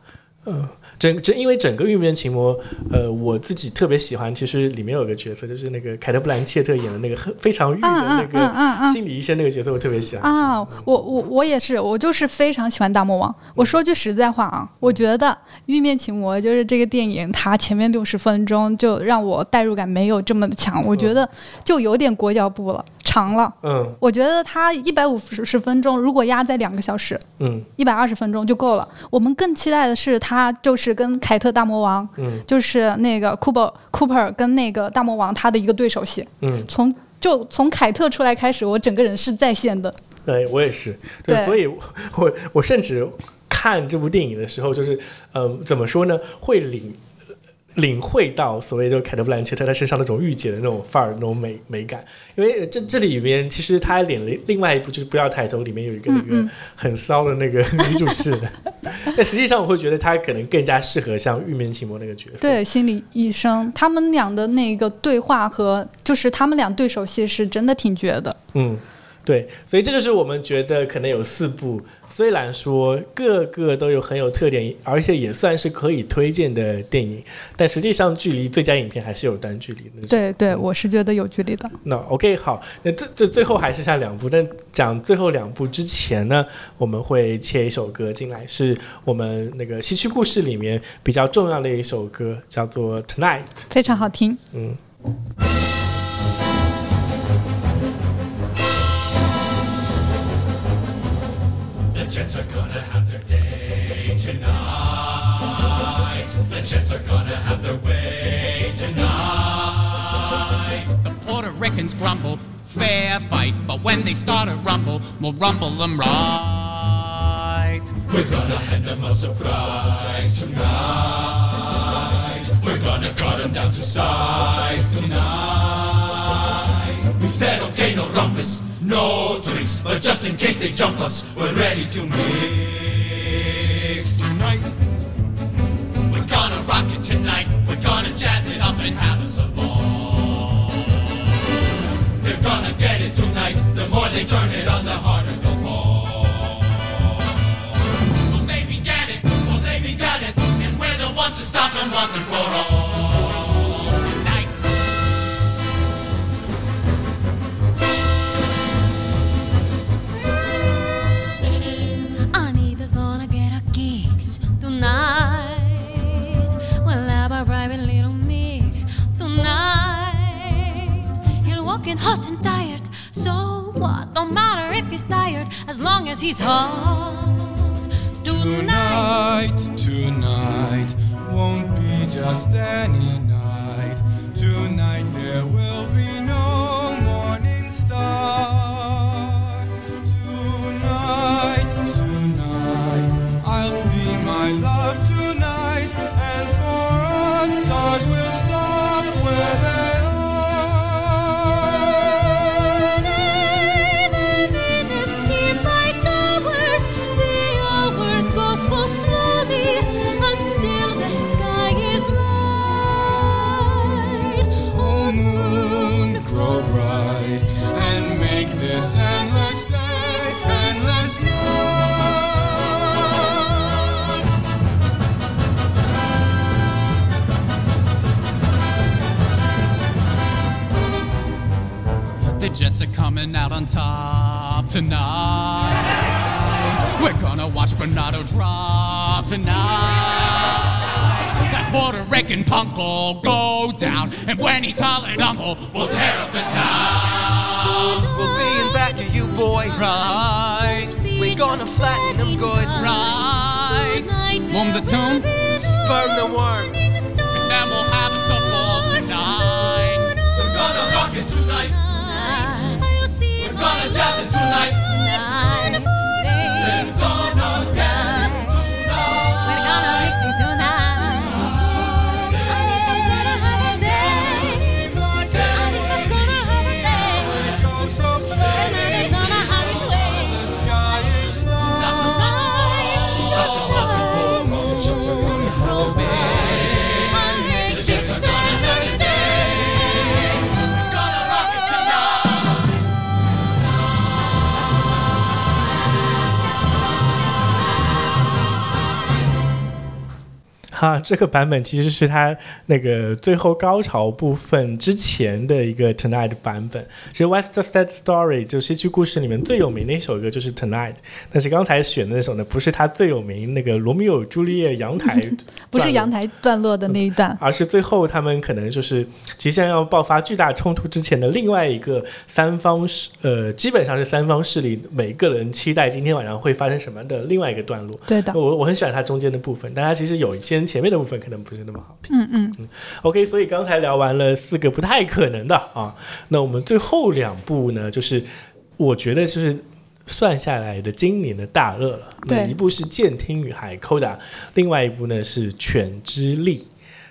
A: 嗯，整整因为整个《玉面琴魔》，呃，我自己特别喜欢，其实里面有个角色就是那个凯特·布兰切特演的那个很非常玉的
B: 嗯
A: 那
B: 嗯嗯
A: 个
B: 嗯嗯。
A: 心理医生那个角色，我特别喜欢。
B: 啊，我我我也是，我就是非常喜欢大魔王。
A: 嗯
B: 我说句实在话啊，我觉得《玉面琴魔》就是这个电影，它前面六十分钟就让我代入感没有这么强，我觉得就有点裹脚布了，长了。
A: 嗯
B: 我觉得它一百五十分钟，如果压在两个小时，
A: 嗯
B: 一百二十分钟就够了。我们更期待的是，他就是跟凯特大魔王，
A: 嗯
B: 就是那个 Cooper Cooper 跟那个大魔王他的一个对手戏。
A: 嗯，
B: 从就从凯特出来开始，我整个人是在线的。
A: 对哎我也是，对，
B: 对
A: 所以我我嗯我甚至看这部电影的时候，就是呃，怎么说呢，会领。领会到所谓就是凯特·布兰切特她身上那种御姐的那种范儿、那种美美感。因为呃这这里面其实她还演了另外一部就是《不要抬头》里面有一个那个很骚的那个 <laughs> 女主持人，但实际上我会觉得她可能更加适合像玉面启魔那个角色。
B: 对，心理医生他们俩的那个对话和就是他们俩对手戏是真的挺绝的。
A: 嗯，对，所以这就是我们觉得可能有四部，虽然说个个都有很有特点，而且也算是可以推荐的电影，但实际上距离最佳影片还是有段距离的。
B: 对对，我是觉得有距离的。
A: 那 OK 好，那这这最后还剩下两部，但讲最后两部之前呢，我们会切一首歌进来，是我们那个《西区故事》里面比较重要的一首歌，叫做《Tonight》。
B: 非常好听。
A: 嗯。
E: The Jets are gonna have their day tonight. The Jets are gonna have their way tonight.
F: The Puerto Ricans grumble, fair fight, but when they start a rumble, we'll rumble them right.
E: We're gonna hand them a surprise tonight. We're gonna cut them down to size tonight. We said okay, no rumpus, no drinks, but just in case they jump us, we're ready to mix tonight. We're gonna rock it tonight. We're gonna jazz it up and have us a ball. They're gonna get it tonight. The more they turn it on, the harder they'll fall. Will they began it? Will they begun it? And we're the ones to stop them once and for all. Tonight.
G: Anita's gonna get her kicks tonight. We'll have a private little mix tonight. He'll walk in hot and tired, so what? Don't matter if he's tired, as long as he's hot tonight.
H: Tonight, tonight won't be just any night. Tonight there will be no morning star. Tonight, tonight I'll see my love tonight, and for us stars will stop where they are. Oh moon, grow bright and make this endless day, endless night.
F: The Jets are coming out on top tonight. We're gonna watch Bernardo drop tonight. That Puerto Rican punk will go down, and when he's hollered uncle,
E: We'll tear up the town.
I: We'll be in back of you, boy.
F: right,
I: We gonna flatten them good.
F: right. Warm the tune,
I: Burn the worm.
F: and then we'll have us a ball tonight.
E: We're gonna rock it tonight. We're gonna jazz it tonight. There's no no escape Gonna rock it tonight.
A: <laughs> 哈，啊这个版本其实是它那个最后高潮部分之前的一个 Tonight 版本。其实《West Side Story》就西区故事里面最有名的一首歌就是 Tonight，但是刚才选的那首呢，不是它最有名那个罗密欧与朱丽叶阳台
B: <laughs> 不
A: 段
B: 是
A: 落嗯
B: 阳台段落的那一段，
A: 而是最后他们可能就是即将要爆发巨大冲突之前的另外一个三方势，呃，基本上是三方势力每个人期待今天晚上会发生什么的另外一个段落。
B: 对
A: <laughs>
B: 的
A: 我我很喜欢它中间的部分，但它其实有一些前面的部分可能不是那么好听。
B: 嗯嗯，
A: OK，所以刚才聊完了四个不太可能的啊，那我们最后两部呢，就是我觉得就是算下来的今年的大热了。
B: 对
A: 那一部是《监听女孩》（Coda），另外一部呢是《犬之力》。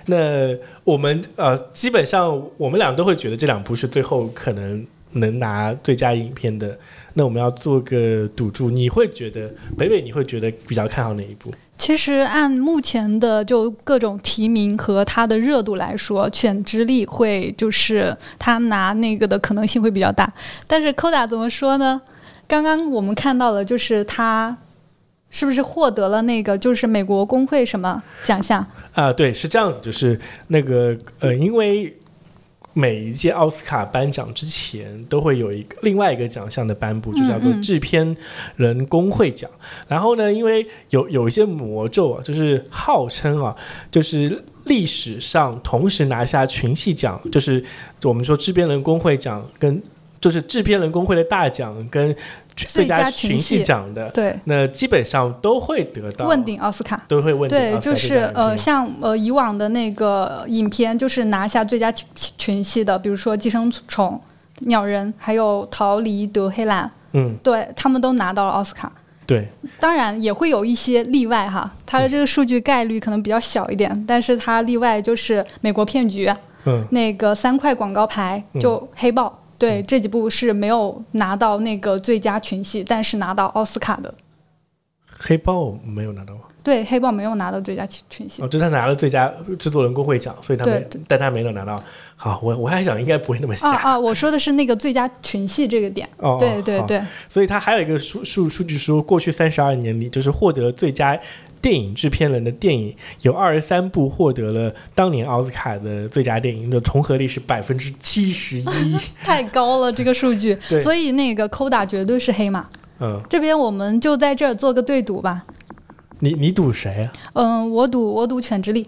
A: 那我们呃，基本上我们俩都会觉得这两部是最后可能能拿最佳影片的。那我们要做个赌注，你会觉得北北你会觉得比较看好哪一部？
B: 其实按目前的就各种提名和它的热度来说，《犬之力》会就是他拿那个的可能性会比较大。但是 Koda 怎么说呢？刚刚我们看到了，就是他是不是获得了那个就是美国工会什么奖项？
A: 啊，对，是这样子，就是那个呃，因为每一届奥斯卡颁奖之前都会有一个另外一个奖项的颁布，
B: 嗯
A: 就叫做制片人工会奖。然后呢，因为有有一些魔咒啊，就是号称啊，就是。历史上同时拿下群戏奖，就是我们说制片人工会奖跟就是制片人工会的大奖跟最佳
B: 佳群
A: 群戏
B: 戏
A: 奖的，
B: 对，
A: 那基本上都会得到
B: 问鼎奥斯卡。
A: 都会问鼎
B: 对，
A: 奥斯
B: 就
A: 卡最
B: 是
A: 佳影
B: 呃，
A: 片
B: 像呃以往的那个影片，就是拿下最佳群群戏的，比如说《寄生虫》《鸟人》，还有《逃离德黑兰》，
A: 嗯，
B: 对他们都拿到了奥斯卡。
A: 对，
B: 当然也会有一些例外哈，它的这个数据概率可能比较小一点，但是它例外就是美国骗局
A: 嗯，
B: 那个三块广告牌就黑豹。对这几部是没有拿到那个最佳群戏，但是拿到奥斯卡的。
A: 黑豹没有拿到吗？
B: 对，黑豹没有拿到最佳群群戏
A: 哦，。就是他拿了最佳制作人工会奖，所以他没
B: 对对，
A: 但他没有拿到。好，我我还想应该不会那么
B: 啊
A: 瞎，
B: 啊！我说的是那个最佳群戏这个点。
A: 哦
B: 对对
A: 好
B: 对，
A: 所以他还有一个数数数据说，过去三十二年里，就是获得最佳电影制片人的电影有二十三部获得了当年奥斯卡的最佳电影的重合率是百分之七十一。
B: <laughs> 太高了这个数据
A: <laughs> 对，
B: 所以那个扣打绝对是黑马。
A: 嗯，
B: 这边我们就在这儿做个对赌吧。
A: 你你赌谁啊？ <laughs>
B: 嗯，我赌我赌犬之力。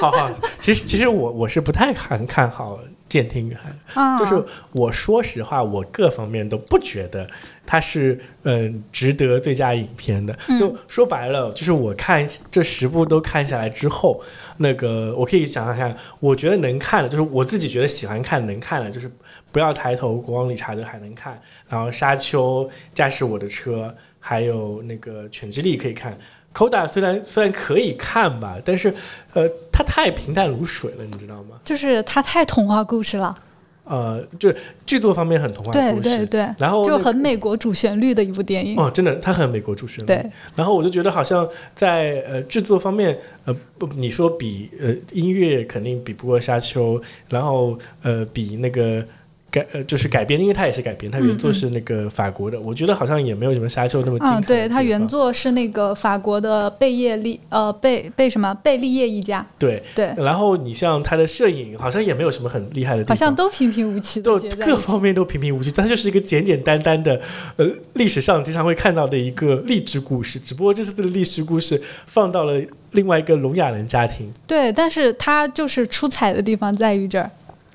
A: 好好，其实其实我我是不太看看好监听女孩的。
B: 啊，
A: 就是我说实话，我各方面都不觉得它是嗯、值得最佳影片的。就说白了，就是我看这十部都看下来之后，那个我可以想想看，我觉得能看的，就是我自己觉得喜欢看能看的，就是不要抬头，国王理查德还能看，然后沙丘、驾驶我的车，还有那个犬之力可以看。Koda 虽然虽然可以看吧，但是呃，它太平淡如水了，你知道吗？
B: 就是它太童话故事了，
A: 呃，就是剧作方面很童话
B: 对
A: 故事，
B: 对对，
A: 然后
B: 就
A: 那个
B: 很美国主旋律的一部电影。
A: 哦，真的，他很美国主旋律。
B: 对，
A: 然后我就觉得好像在呃制作方面，呃不，你说比呃音乐肯定比不过沙丘，然后呃比那个改呃就是改编，因为它也是改编，它原作是那个法国的，我觉得好像也没有什么沙丘那么精彩的
B: 嗯，
A: 地方。
B: 对，它原作是那个法国的贝叶利，呃，贝贝什么贝利叶一家，
A: 对。
B: 对，
A: 然后你像它的摄影，好像也没有什么很厉害的地
B: 好
A: 方，
B: 像都平平无奇的
A: 都
B: 结在一
A: 各
B: 起。
A: 方面都平平无奇，它就是一个简简单单的，呃，历史上经常会看到的一
B: <laughs>
A: 个励志故事，只不过这次的励志故事放到了另外一个聋哑人家庭，
B: 对，但是它就是出彩的地方在于这儿，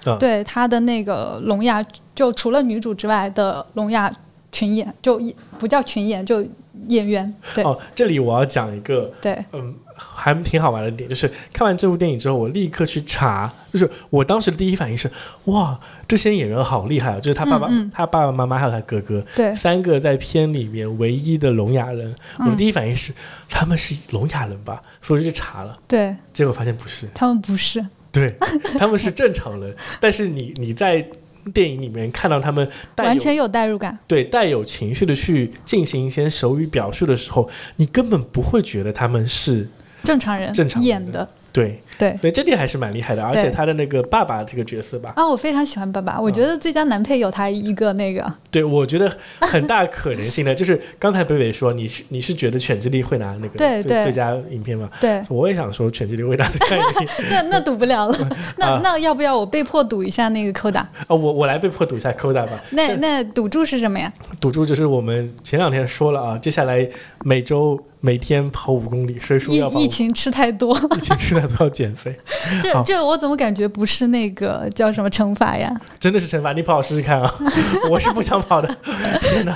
A: 嗯
B: 对它的那个聋哑，就除了女主之外的聋哑群演，就一不叫群演，就演员。对、
A: 哦，这里我要讲一个，
B: 对，
A: 嗯，还挺好玩的点，就是看完这部电影之后，我立刻去查，就是我当时的第一反应是，哇，这些演员好厉害啊！就是他爸爸、
B: 嗯嗯
A: 他爸爸妈妈还有他哥哥，
B: 对
A: 三个在片里面唯一的聋哑人。我的
B: 嗯
A: 第一反应是，他们是聋哑人吧？所以我就去查了，
B: 对
A: 结果发现不是，
B: 他们不是，
A: <laughs> 对，他们是正常人，但是你你在电影里面看到他们带有
B: 完全有代入感。
A: 对带有情绪的去进行一些手语表述的时候，你根本不会觉得他们是
B: 正常人
A: 正常人
B: 演的，
A: 对，
B: 对。
A: 所以这点还是蛮厉害的。而且
B: 哎对
A: 他的那个爸爸这个角色吧，
B: 啊，我非常喜欢爸爸，我觉
A: 嗯
B: 得最佳男配有他一个那个，
A: 对我觉得很大可能性的，就是刚才北北说你是你是觉得《犬之力》会拿那个
B: 对
A: 最
B: 对
A: 最佳影片吗？，
B: 对
A: <laughs> 我也想说《犬之力》会拿最佳影
B: <laughs>
A: 片
B: 那那赌不了
A: <laughs>
B: 了，那那要不要我被迫赌一下那个扣打？
A: 啊、我我来被迫赌一下 Koda 吧。
B: 那那赌注是什么呀？
A: 赌注就是我们前两天说了啊，接下来每周每天跑五公里，谁输
B: 疫
A: 要跑五
B: 疫情吃
A: <laughs>
B: 太多，
A: 疫情吃饭都要减肥，好
B: 这这我怎么感觉不是那个叫什么惩罚呀？
A: 真的是惩罚。你跑试试
B: <laughs>
A: 看啊，我是不想跑的，天哪！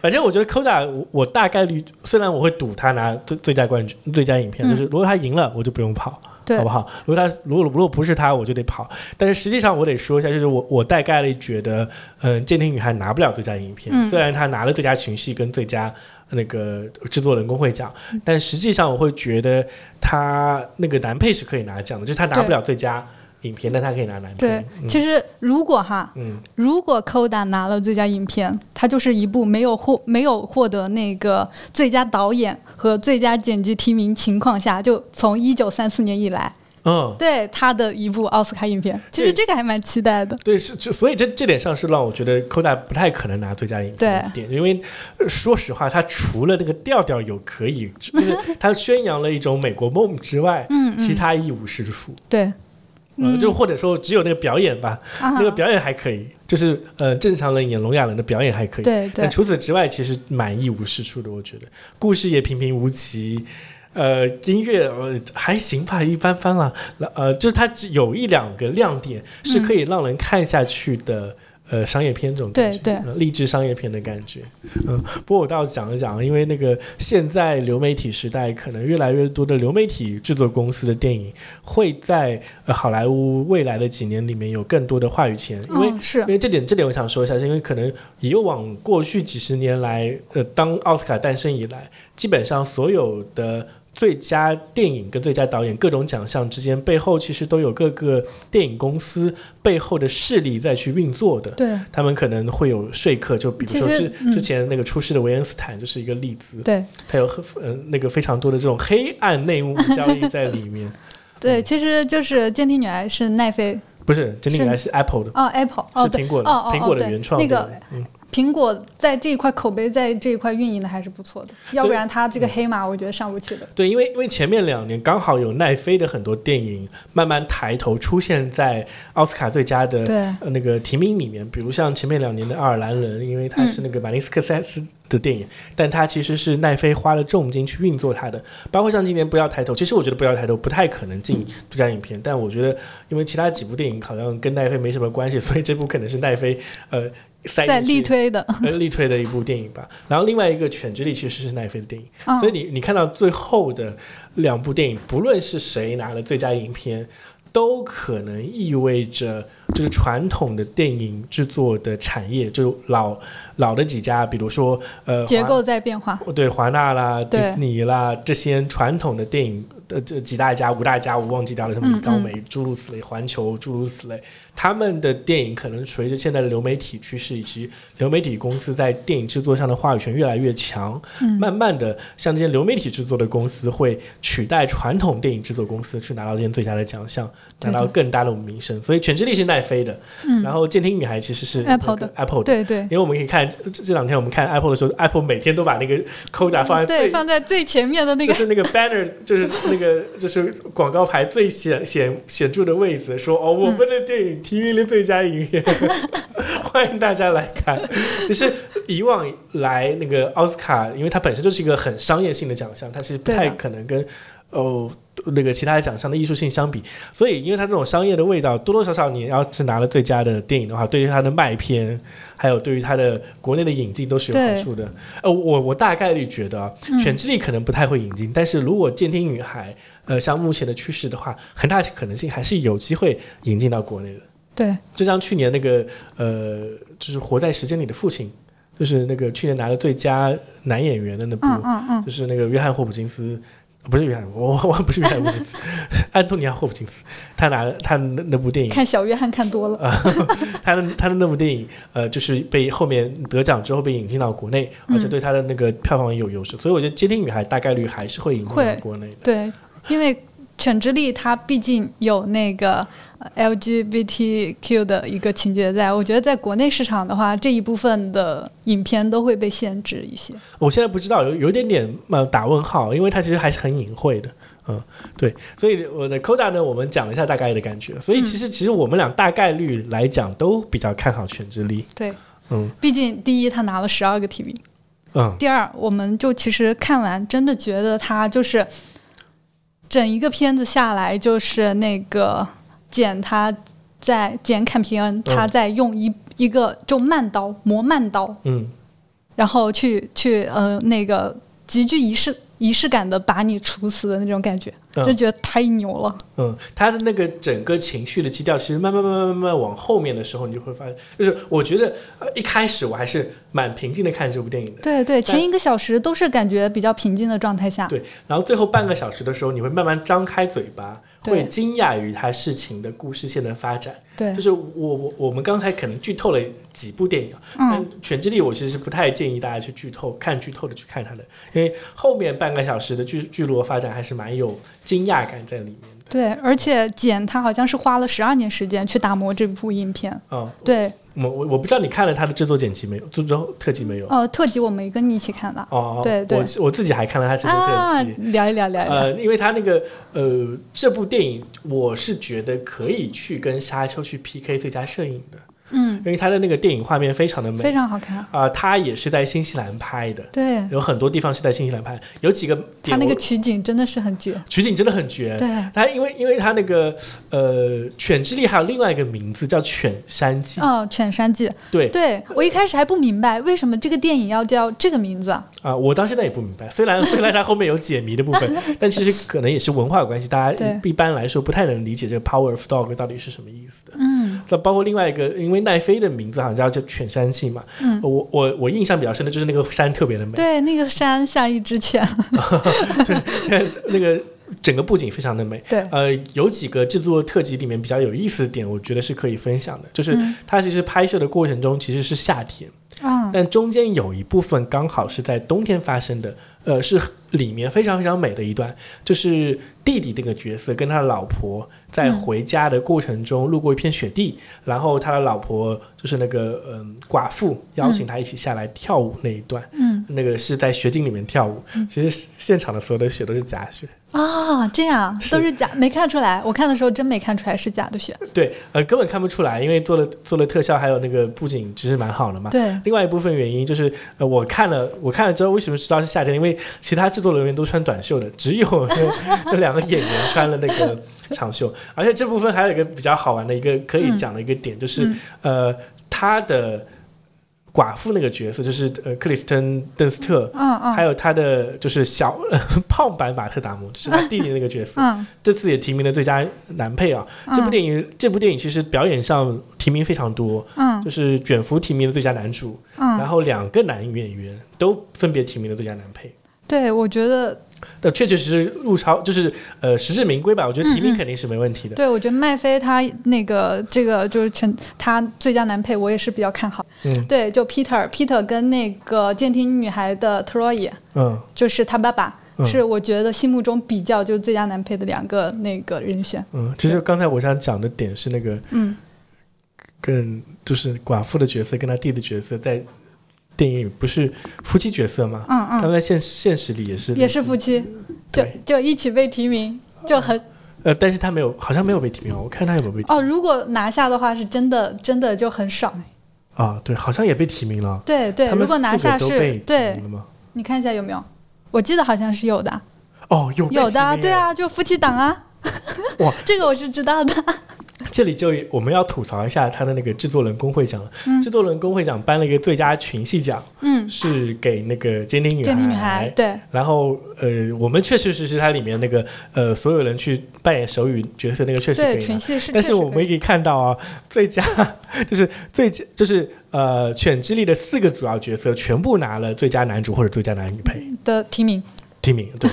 A: 反正我觉得 Koda，我我大概率虽然我会赌他拿最最佳冠军、最佳影片，就是如果他赢了，我就不用跑。
B: 嗯对
A: 好不好？如果他如果如果不是他，我就得跑。但是实际上，我得说一下，就是我我大概率觉得，嗯、呃，《监听女孩》拿不了最佳影片，虽然她拿了最佳情绪跟最佳那个制作人工会奖，
B: 嗯
A: 但实际上我会觉得他那个男配是可以拿奖的，就是他拿不了最佳影片，但他可以拿男
B: 对
A: 配。，
B: 其实如果哈，
A: 嗯，
B: 如果《Coda》拿了最佳影片，它就是一部没有获没有获得那个最佳导演和最佳剪辑提名情况下，就从一九三四年以来，
A: 嗯，
B: 对他的一部奥斯卡影片。其实
A: 对
B: 这个还蛮期待的。
A: 对，是就所以这这点上是让我觉得 Koda 不太可能拿最佳影片的点，因为呃说实话，他除了这个调调有可以，就是 <laughs> 他宣扬了一种美国梦之外，
B: 嗯嗯嗯
A: 其他一无是处。
B: 对，
A: 呃，就或者说只有那个表演吧，
B: 啊
A: 那个表演还可以，就是呃正常人演聋哑人的表演还可以。
B: 对
A: 但
B: 对，
A: 除此之外，其实蛮一无是处的，我觉得故事也平平无奇，呃，音乐呃还行吧，一般般啦，呃，就是它只有一两个亮点是
B: 嗯
A: 可以让人看下去的。呃，商业片这种感觉
B: 对对
A: 呃励志商业片的感觉，嗯，不过我倒讲一讲，因为那个现在流媒体时代，可能越来越多的流媒体制作公司的电影会在、呃、好莱坞未来的几年里面有更多的话语权，因为、
B: 嗯是
A: 因为这点，这点我想说一下，是因为可能以往过去几十年来，呃，当奥斯卡诞生以来，基本上所有的最佳电影跟最佳导演各种奖项之间背后，其实都有各个电影公司背后的势力在去运作的。
B: 对
A: 他们可能会有说客，就比如说
B: 其
A: 之
B: 实嗯
A: 之前那个出事的维恩斯坦就是一个例子，
B: 对
A: 他有很呃那个非常多的这种黑暗内幕交易在里面。
B: 对，其实就是《监听女孩》是奈飞
A: 不是，真的
B: 是
A: 还是 Apple 的，
B: 哦，Apple 哦
A: 是
B: 对
A: 苹果的，
B: 哦哦
A: 苹果
B: 哦
A: 的
B: 对
A: 原创
B: 那
A: 的
B: 个。
A: 嗯
B: 苹果在这一块口碑在这一块运营的还是不错的，要不然它这个黑马我觉得上不去的。
A: 对，因为因为前面两年刚好有奈飞的很多电影慢慢抬头出现在奥斯卡最佳的
B: 对
A: 呃那个提名里面，比如像前面两年的《爱尔兰人》，因为它是那个马林斯克塞斯的电影，但它其实是奈飞花了重金去运作它的，包括像今年《不要抬头》，其实我觉得《不要抬头》不太可能进最佳影片，但我觉得因为其他几部电影好像跟奈飞没什么关系，所以这部可能是奈飞呃塞
B: 在
A: 进去
B: 力推的，
A: 呃力推的一部电影吧。然后另外一个《犬之力》其实是奈飞的电影，
B: 嗯
A: 所以你你看到最后的两部电影，不论是谁拿了最佳影片，都可能意味着就是传统的电影制作的产业，就老老的几家，比如说呃
B: 结
A: 华
B: 构在变化。
A: <laughs> 对华纳啦、迪
B: 对
A: 士尼啦这些传统的电影的这几大家、五大家，我忘记掉了，什么
B: 嗯
A: 李高梅、诸如此类、环球诸如此类，他们的电影可能随着现在的流媒体趋势以及流媒体公司在电影制作上的话语权越来越强，
B: 嗯
A: 慢慢的像这些流媒体制作的公司会取代传统电影制作公司去拿到这些最佳的奖项，拿
B: 对的嗯
A: 到更大的名声。所以《全之力》是奈飞的，然后《监听女孩》其实是
B: Apple
A: 那个
B: 的
A: Apple 的，
B: 对对
A: 因为我们可以看这这两天我们看 Apple 的时候，Apple 每天都把那个 Coda 放在最
B: 嗯对，放在最前面的那
A: 就
B: 个，
A: 是那个 banner，就是 <laughs> 那个就是广告牌最显显显著的位置，说哦，
B: 嗯
A: 我们的电影提名了最佳影片， <laughs> 欢迎大家来
B: <laughs>
A: 看。就是以往来那个奥斯卡，因为它本身就是一个很商业性的奖项，它其实不
B: 对的
A: 太可能跟哦。那个其他奖项的艺术性相比，所以因为它这种商业的味道，多多少少你要是拿了最佳的电影的话，对于它的卖片，还有对于它的国内的引进都是有
B: 对嗯
A: 好处的。呃，我我大概率觉得啊，犬之力可能不太会引进，但是如果监听女孩，呃，像目前的趋势的话，很大可能性还是有机会引进到国内的。
B: 对
A: 就像去年那个呃，就是《活在时间里的父亲》，就是那个去年拿了最佳男演员的那部，
B: 嗯嗯嗯
A: 就是那个约翰霍普金斯，不是约翰，我我我不是约翰霍普金斯， <laughs> 安东尼奥霍普金斯，他拿了他那那部电影，
B: 看小约翰看多了，
A: <laughs> 他的他的那部电影，呃，就是被后面得奖之后被引进到国内，而且对他的那个票房也有优势，所以我觉得《接听女孩》大概率还是会引进到
B: 会
A: 国内的。
B: 对，因为《犬之力》它毕竟有那个呃 LGBTQ 的一个情节在，我觉得在国内市场的话，这一部分的影片都会被限制一些。
A: 我现在不知道，有有一点点呃打问号，因为它其实还是很隐晦的。嗯，对，所以我的 Coda 呢，我们讲了一下大概的感觉，所以其实、其实我们俩大概率来讲都比较看好《犬之力》。
B: 对，
A: 嗯
B: 毕竟第一他拿了十二个提名，
A: 嗯，
B: 第二我们就其实看完真的觉得他就是整一个片子下来就是那个简他在简坎皮恩他在用一、一个就慢刀磨慢刀
A: 嗯，
B: 然后去去呃那个极具仪式仪式感的把你处死的那种感觉，
A: 嗯
B: 就觉得太牛了。
A: 嗯，他的那个整个情绪的基调，其实慢慢慢慢慢慢往后面的时候，你就会发现，就是我觉得呃一开始我还是蛮平静的看这部电影的，
B: 对对，
A: 但
B: 前一个小时都是感觉比较平静的状态下，
A: 对，然后最后半个小时的时候，你会慢慢张开嘴巴，
B: 对
A: 会惊讶于他事情的故事线的发展。
B: 对
A: 就是我我我们刚才可能剧透了几部电影啊，
B: 嗯
A: 但《全之力》我其实不太建议大家去剧透，看剧透的去看它的，因为后面半个小时的剧剧落发展还是蛮有惊讶感在里面的。
B: 对而且简他好像是花了十二年时间去打磨这部影片。
A: 嗯，
B: 对，
A: 我我我不知道你看了它的制作剪辑没有，制作特辑没有？
B: 呃，特辑我没跟你一起看的，
A: 哦，
B: 对对
A: 我我自己还看了它制作
B: 啊，
A: 特辑。
B: 聊一聊聊一聊，
A: 呃，因为他那个呃，这部电影我是觉得可以去跟《沙丘》去 PK 最佳摄影的，
B: 嗯，
A: 因为他的那个电影画面非常的美，
B: 非常好看，
A: 啊、他也是在新西兰拍的，
B: 对，
A: 有很多地方是在新西兰拍，有几个
B: 他
A: 点
B: 那个
A: 我
B: 取景真的是很绝，
A: 取景真的很绝。
B: 对，
A: 他因为因为他那个呃，犬之力还有另外一个名字叫犬山记，
B: 哦，《犬山记》
A: 对
B: 对我一开始还不明白为什么这个电影要叫这个名字啊，
A: 啊、我到现在也不明白。虽然虽然它后面有解谜的部分，但其实可能也是文化有关系，大家
B: 对
A: 一一般来说不太能理解这个 power of dog 到底是什么意思的。
B: 嗯，
A: 那包括另外一个，因为奈飞的名字好像叫叫犬山记嘛，
B: 嗯
A: 我我我印象比较深的就是那个山特别的美，
B: 对，那个山像一只犬，
A: <laughs> 那个整个布景非常的美。
B: 对
A: 呃，有几个制作特辑里面比较有意思的点，我觉得是可以分享的，就是
B: 嗯
A: 它其实拍摄的过程中其实是夏天，
B: 啊，
A: 但中间有一部分刚好是在冬天发生的，呃，是里面非常非常美的一段，就是弟弟这个角色跟他的老婆在回家的过程中路过一片雪地，然后他的老婆就是那个嗯、寡妇邀请他一起下来跳舞那一段，
B: 嗯
A: 那个是在雪景里面跳舞，其实现场的所有的雪都是假雪，
B: 啊，这样都是假，没看出来，我看的时候真没看出来是假的雪，
A: 对，呃，根本看不出来，因为做了做了特效，还有那个布景其实蛮好的嘛，
B: 对，
A: 另外一部分原因就是，呃，我看了，我看了之后，为什么知道是夏天？因为其他制作人员都穿短袖的，只有那那两个演员穿了那个长袖。而且这部分还有一个比较好玩的一个可以讲的一个点，就是、呃，他的寡妇那个角色就是呃克里斯滕邓斯特，
B: 嗯嗯
A: 还有他的就是小 <laughs> 胖版马特达蒙，就是他弟弟那个角色，
B: 嗯
A: 这次也提名了最佳男配啊。这部电影，这部电影其实表演上提名非常多，
B: 嗯
A: 就是卷福提名了最佳男主，然
B: 嗯，
A: 后两个男演员都分别提名了最佳男配。
B: 对，我觉得，
A: 但确确实实入超就是呃实至名归吧，我觉得提名肯定是没问题的。
B: 对我觉得麦飞他那个这个就是全他最佳男配，我也是比较看好，
A: 嗯
B: 对，就 Peter Peter 跟那个监听女孩的 Troy，
A: 嗯
B: 就是他爸爸。
A: 嗯
B: 是我觉得心目中比较就是最佳男配的两个那个人选，
A: 嗯，其实刚才我想讲的点是那个
B: 嗯，
A: 跟就是寡妇的角色跟他弟的角色在电影里不是夫妻角色吗？
B: 嗯嗯
A: 他们在现实现实里也是
B: 也是夫妻，就
A: 对
B: 就一起被提名，就很
A: 呃，但是他没有好像没有被提名，啊我看他有没有被提
B: 哦。如果拿下的话，是真的真的就很爽哎。
A: 啊？对，好像也被提名了。
B: 对对，
A: 他
B: 如
A: 们
B: 果拿
A: 四个
B: 下
A: 都被嗯
B: 是
A: 提
B: 对
A: 名了，吗？
B: 你看一下有没有？我记得好像是有的，
A: 哦，有被
B: 有的，
A: 提名
B: 对
A: 哎
B: 啊，就夫妻档啊。
A: 哇，
B: <laughs> 这个我是知道的。
A: 这里就我们要吐槽一下他的那个制作人工会奖了。制作人工会奖颁了一个最佳群戏奖，
B: 嗯，
A: 是给那个《监听女孩》。
B: 电梯女孩，。对
A: 然后呃，我们确确实实它里面那个呃，所有人去扮演手语角色那个确实可
B: 对，
A: 以
B: 群
A: 拿。
B: 戏是，
A: 但
B: 确
A: 是
B: 实
A: 我们
B: 可
A: 也
B: 以
A: 可以看到啊，最佳 <laughs> 就是最佳就是呃，《犬之力》的四个主要角色全部拿了最佳男主或者最佳男女配。
B: 的提名，
A: 提名， <laughs> 对，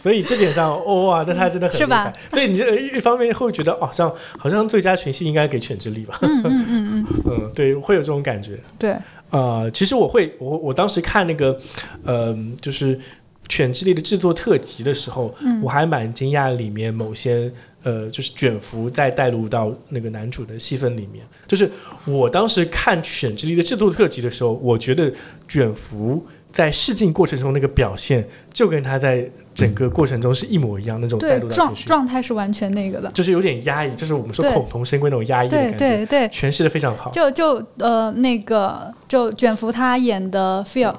A: 所以这点上，哦哇，那他真的很
B: 是
A: 厉
B: 吧
A: 害？所以你这一方面会觉得，哦，好像好像最佳群戏应该给犬之力吧？嗯嗯嗯 <laughs> 嗯，对，会有这种感觉。
B: 对，
A: 呃，其实我会，我我当时看那个，呃，就是《犬之力》的制作特辑的时候，
B: 嗯
A: 我还蛮惊讶里面某些呃，就是卷福再带入到那个男主的戏份里面。就是我当时看《犬之力》的制作特辑的时候，我觉得卷福在试镜过程中那个表现，就跟他在整个过程中是一模一样那种带
B: 对
A: 入，到
B: 状
A: 情绪，
B: 状态是完全那个的。
A: 就是有点压抑，就是我们说
B: 对
A: 恐同身归那种压抑的
B: 对
A: 感觉，
B: 对对，
A: 诠释的非常好。
B: 就就呃那个就卷福他演的 Fear。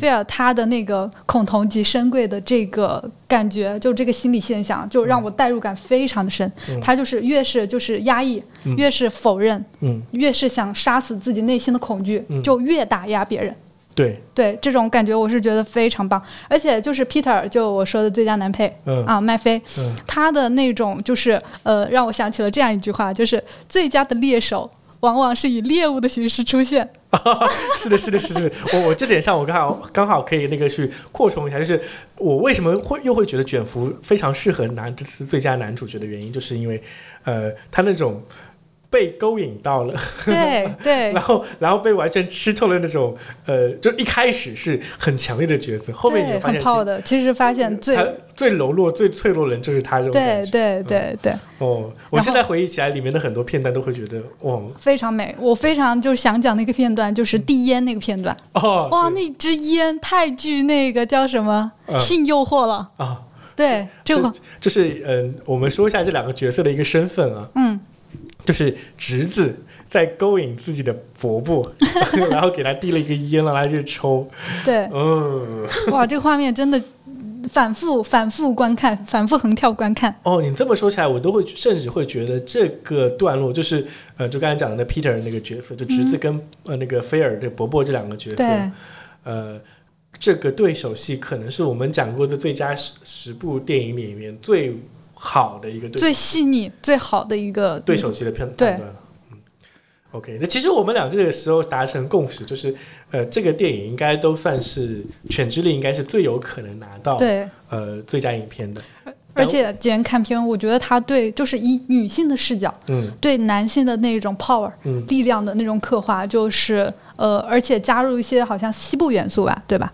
B: 菲
A: 嗯
B: 尔他的那个恐同及深贵的这个感觉，就这个心理现象，就
A: 嗯
B: 让我代入感非常的深。他就是越是就是压抑，越是否认，
A: 嗯
B: 越是想杀死自己内心的恐惧，
A: 嗯
B: 就越打压别人。
A: 对，
B: 对这种感觉，我是觉得非常棒。而且就是 Peter，就我说的最佳男配、
A: 嗯
B: 啊，麦菲，
A: 嗯
B: 他的那种就是呃，让我想起了这样一句话，就是最佳的猎手往往是以猎物的形式
A: <laughs>
B: 出现。
A: 啊是的，是的，是的，我我这点上我刚好刚好可以那个去扩充一下，就是我为什么会又会觉得卷福非常适合拿这次最佳男主角的原因，就是因为呃他那种被勾引到了，
B: 对对
A: 然后然后被完全吃透了那种呃，就一开始是很强烈的角色，后面你
B: 对，
A: 会发
B: 很
A: 现
B: 泡的。其实发现
A: 其
B: 最
A: 实他最柔弱、最脆弱的人就是他这种感
B: 对
A: 觉。嗯
B: 对对对，
A: 哦，我现在回忆起来里面的很多片段都会觉得，哦
B: 非常美。我非常就是想讲那个片段，就是递烟那个片段。
A: 哦
B: 哇，
A: 对
B: 那支烟太具那个叫什么
A: 嗯
B: 性诱惑了。
A: 啊，
B: 对，这个
A: 就就是嗯、我们说一下这两个角色的一个身份啊，
B: 嗯，
A: 就是侄子在勾引自己的伯伯， <laughs> 然后给他递了一个烟，让他去抽，
B: 对，
A: 嗯， <laughs>
B: 哇，这个画面真的反复、反复观看，反复横跳观看。
A: 哦，你这么说起来，我都会甚至会觉得这个段落就是呃，就刚才讲的那 Peter 那个角色，就侄子跟、呃那个菲尔的伯伯这两个角色
B: 对，
A: 呃，这个对手戏可能是我们讲过的最佳十十部电影里面最好的一个对
B: 最细腻、最好的一个
A: 对手戏的片
B: 对
A: 判断了。嗯 OK，那其实我们俩这个时候达成共识，就是，呃，这个电影应该都算是《犬之力》，应该是最有可能拿到
B: 对，
A: 呃最佳影片的。
B: 而且今天看片，我觉得他对就是以女性的视角
A: 嗯
B: 对男性的那种 power
A: 嗯，
B: 力量的那种刻画，就是呃，而且加入一些好像西部元素吧，对吧？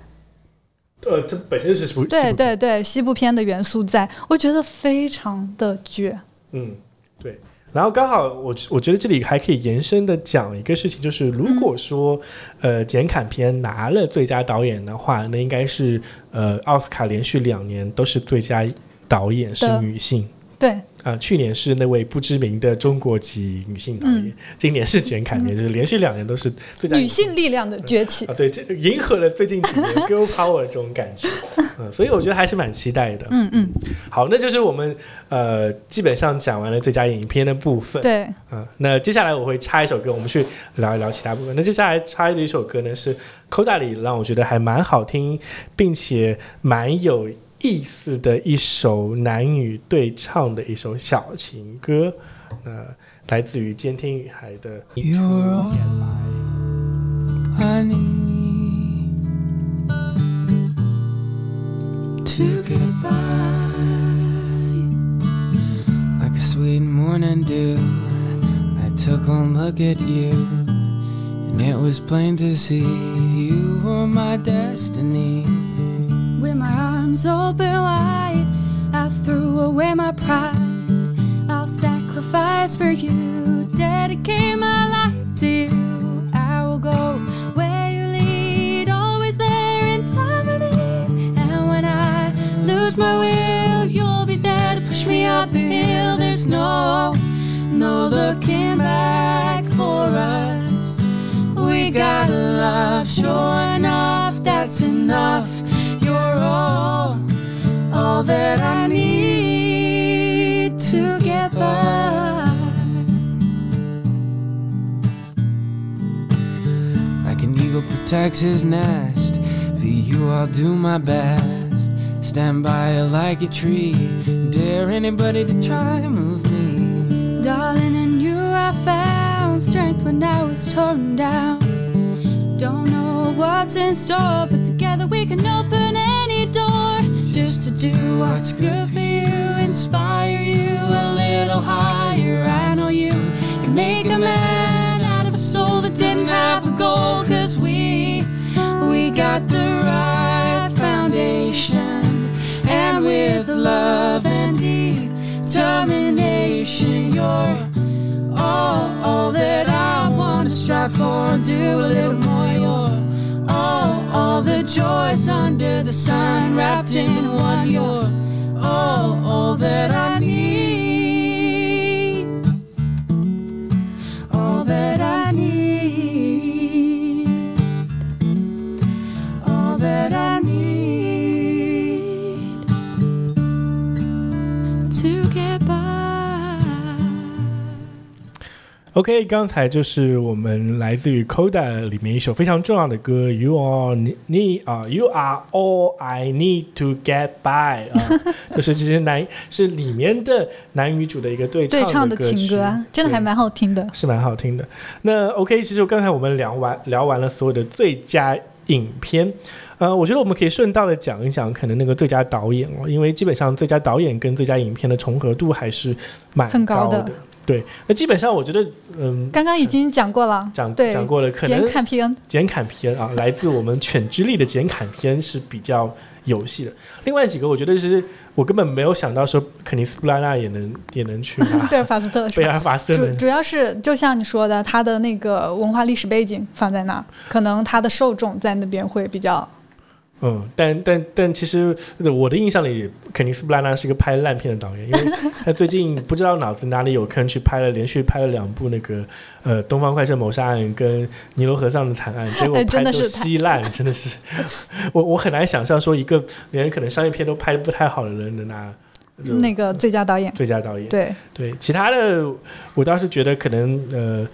A: 呃，这本身就是不
B: 对
A: 是不
B: 对对，西部片的元素在，我觉得非常的绝。
A: 嗯，对。然后刚好我我觉得这里还可以延伸的讲一个事情，就是如果说、
B: 嗯
A: 呃简坎片拿了最佳导演的话，那应该是呃奥斯卡连续两年都是最佳导演是
B: 的
A: 女性。
B: 对
A: 啊、去年是那位不知名的中国籍女性导演，
B: 嗯
A: 今年是简坎年，就是连续两年都是最佳
B: 女性力量的崛起
A: 啊，，对，这迎合了最近几
B: <laughs>
A: 年 girl power 这种感觉，嗯，所以我觉得还是蛮期待的。
B: 嗯嗯，
A: 好，那就是我们呃基本上讲完了最佳影片的部分，
B: 对，
A: 嗯，那接下来我会插一首歌，我们去聊一聊其他部分。那接下来插的一首歌呢是 Koda 里让我觉得还蛮好听，并且蛮有意思的一首男女对唱的一首小情歌，那、来自于监听女孩的。
H: You're all I need to get by. Like a sweet morning dew, I took one look at you, and it was plain to see you were my destiny.
C: With my arms open wide, I threw away my pride. I'll sacrifice for you, dedicate my life to you. I will go where you lead, always there in time of need. And when I lose my will, you'll be there to push me up the hill. There's no, no looking back for us. We got love, sure enough, that's enough. You're all, all that I need to get by.
H: Like an eagle protects his nest. For you, I'll do my best. Stand by you like a tree. Dare anybody to try and move me.
C: Darling, in you I found strength when I was torn down. Don't know what's in store, but together we can open any door. Just to do what's good for you, inspire you a little higher. I know you can make a man out of a soul that didn't have a goal. Cause we, we got the right foundation. And with love and determination, you're all, all that I want to strive for and do a little more. You're all, all the joys under the sun wrapped in one. You're all, all that I need. All that I need. All that I need to get by.
A: OK，刚才就是我们来自于 Coda 里面一首非常重要的歌，You are need 啊、y o u are all I need to get by 啊、 <laughs> 就是其实男是里面的男女主的一个对
B: 对唱
A: 的
B: 的
A: 歌曲
B: 情歌啊，真的还
A: 对
B: 蛮好听的。
A: 是蛮好听的。那 OK，其实刚才我们聊完聊完了所有的最佳影片，呃，我觉得我们可以顺道的讲一讲可能那个最佳导演哦，因为基本上最佳导演跟最佳影片的重合度还是蛮
B: 很高
A: 的。
B: 的
A: 对，那基本上我觉得，嗯，
B: 刚刚已经讲过了，
A: 讲
B: 对
A: 讲过了，可
B: 简
A: 能
B: 看
A: <laughs>
B: 片，
A: 剪砍片啊，来自我们犬之力的剪砍片是比较有戏的。另外几个，我觉得是我根本没有想到说肯尼斯布拉纳也能也能去
B: <laughs>
A: 拿
B: 贝尔法斯
A: <laughs>
B: 特是
A: 贝
B: 吧？
A: 尔法斯特
B: 主
A: 能
B: 主要是就像你说的，他的那个文化历史背景放在那儿，可能他的受众在那边会比较
A: 嗯，但但但其实我的印象里，肯尼斯布拉纳是个拍烂片的导演，因
B: <laughs>
A: 为他最近不知道脑子哪里有坑，去拍了连续拍了两部那个呃《东方快车谋杀案》跟《尼罗河上的惨案》，
B: <laughs>
A: 结果
B: 哎
A: 拍
B: 真的
A: 都
B: 是太
A: 稀烂，真的
B: <laughs>
A: 是，我我很难想象说一个连可能商业片都拍的不太好的人能拿这种
B: 那个最佳导演。
A: 最佳导演。
B: 对，
A: 对，其他的我倒是觉得可能呃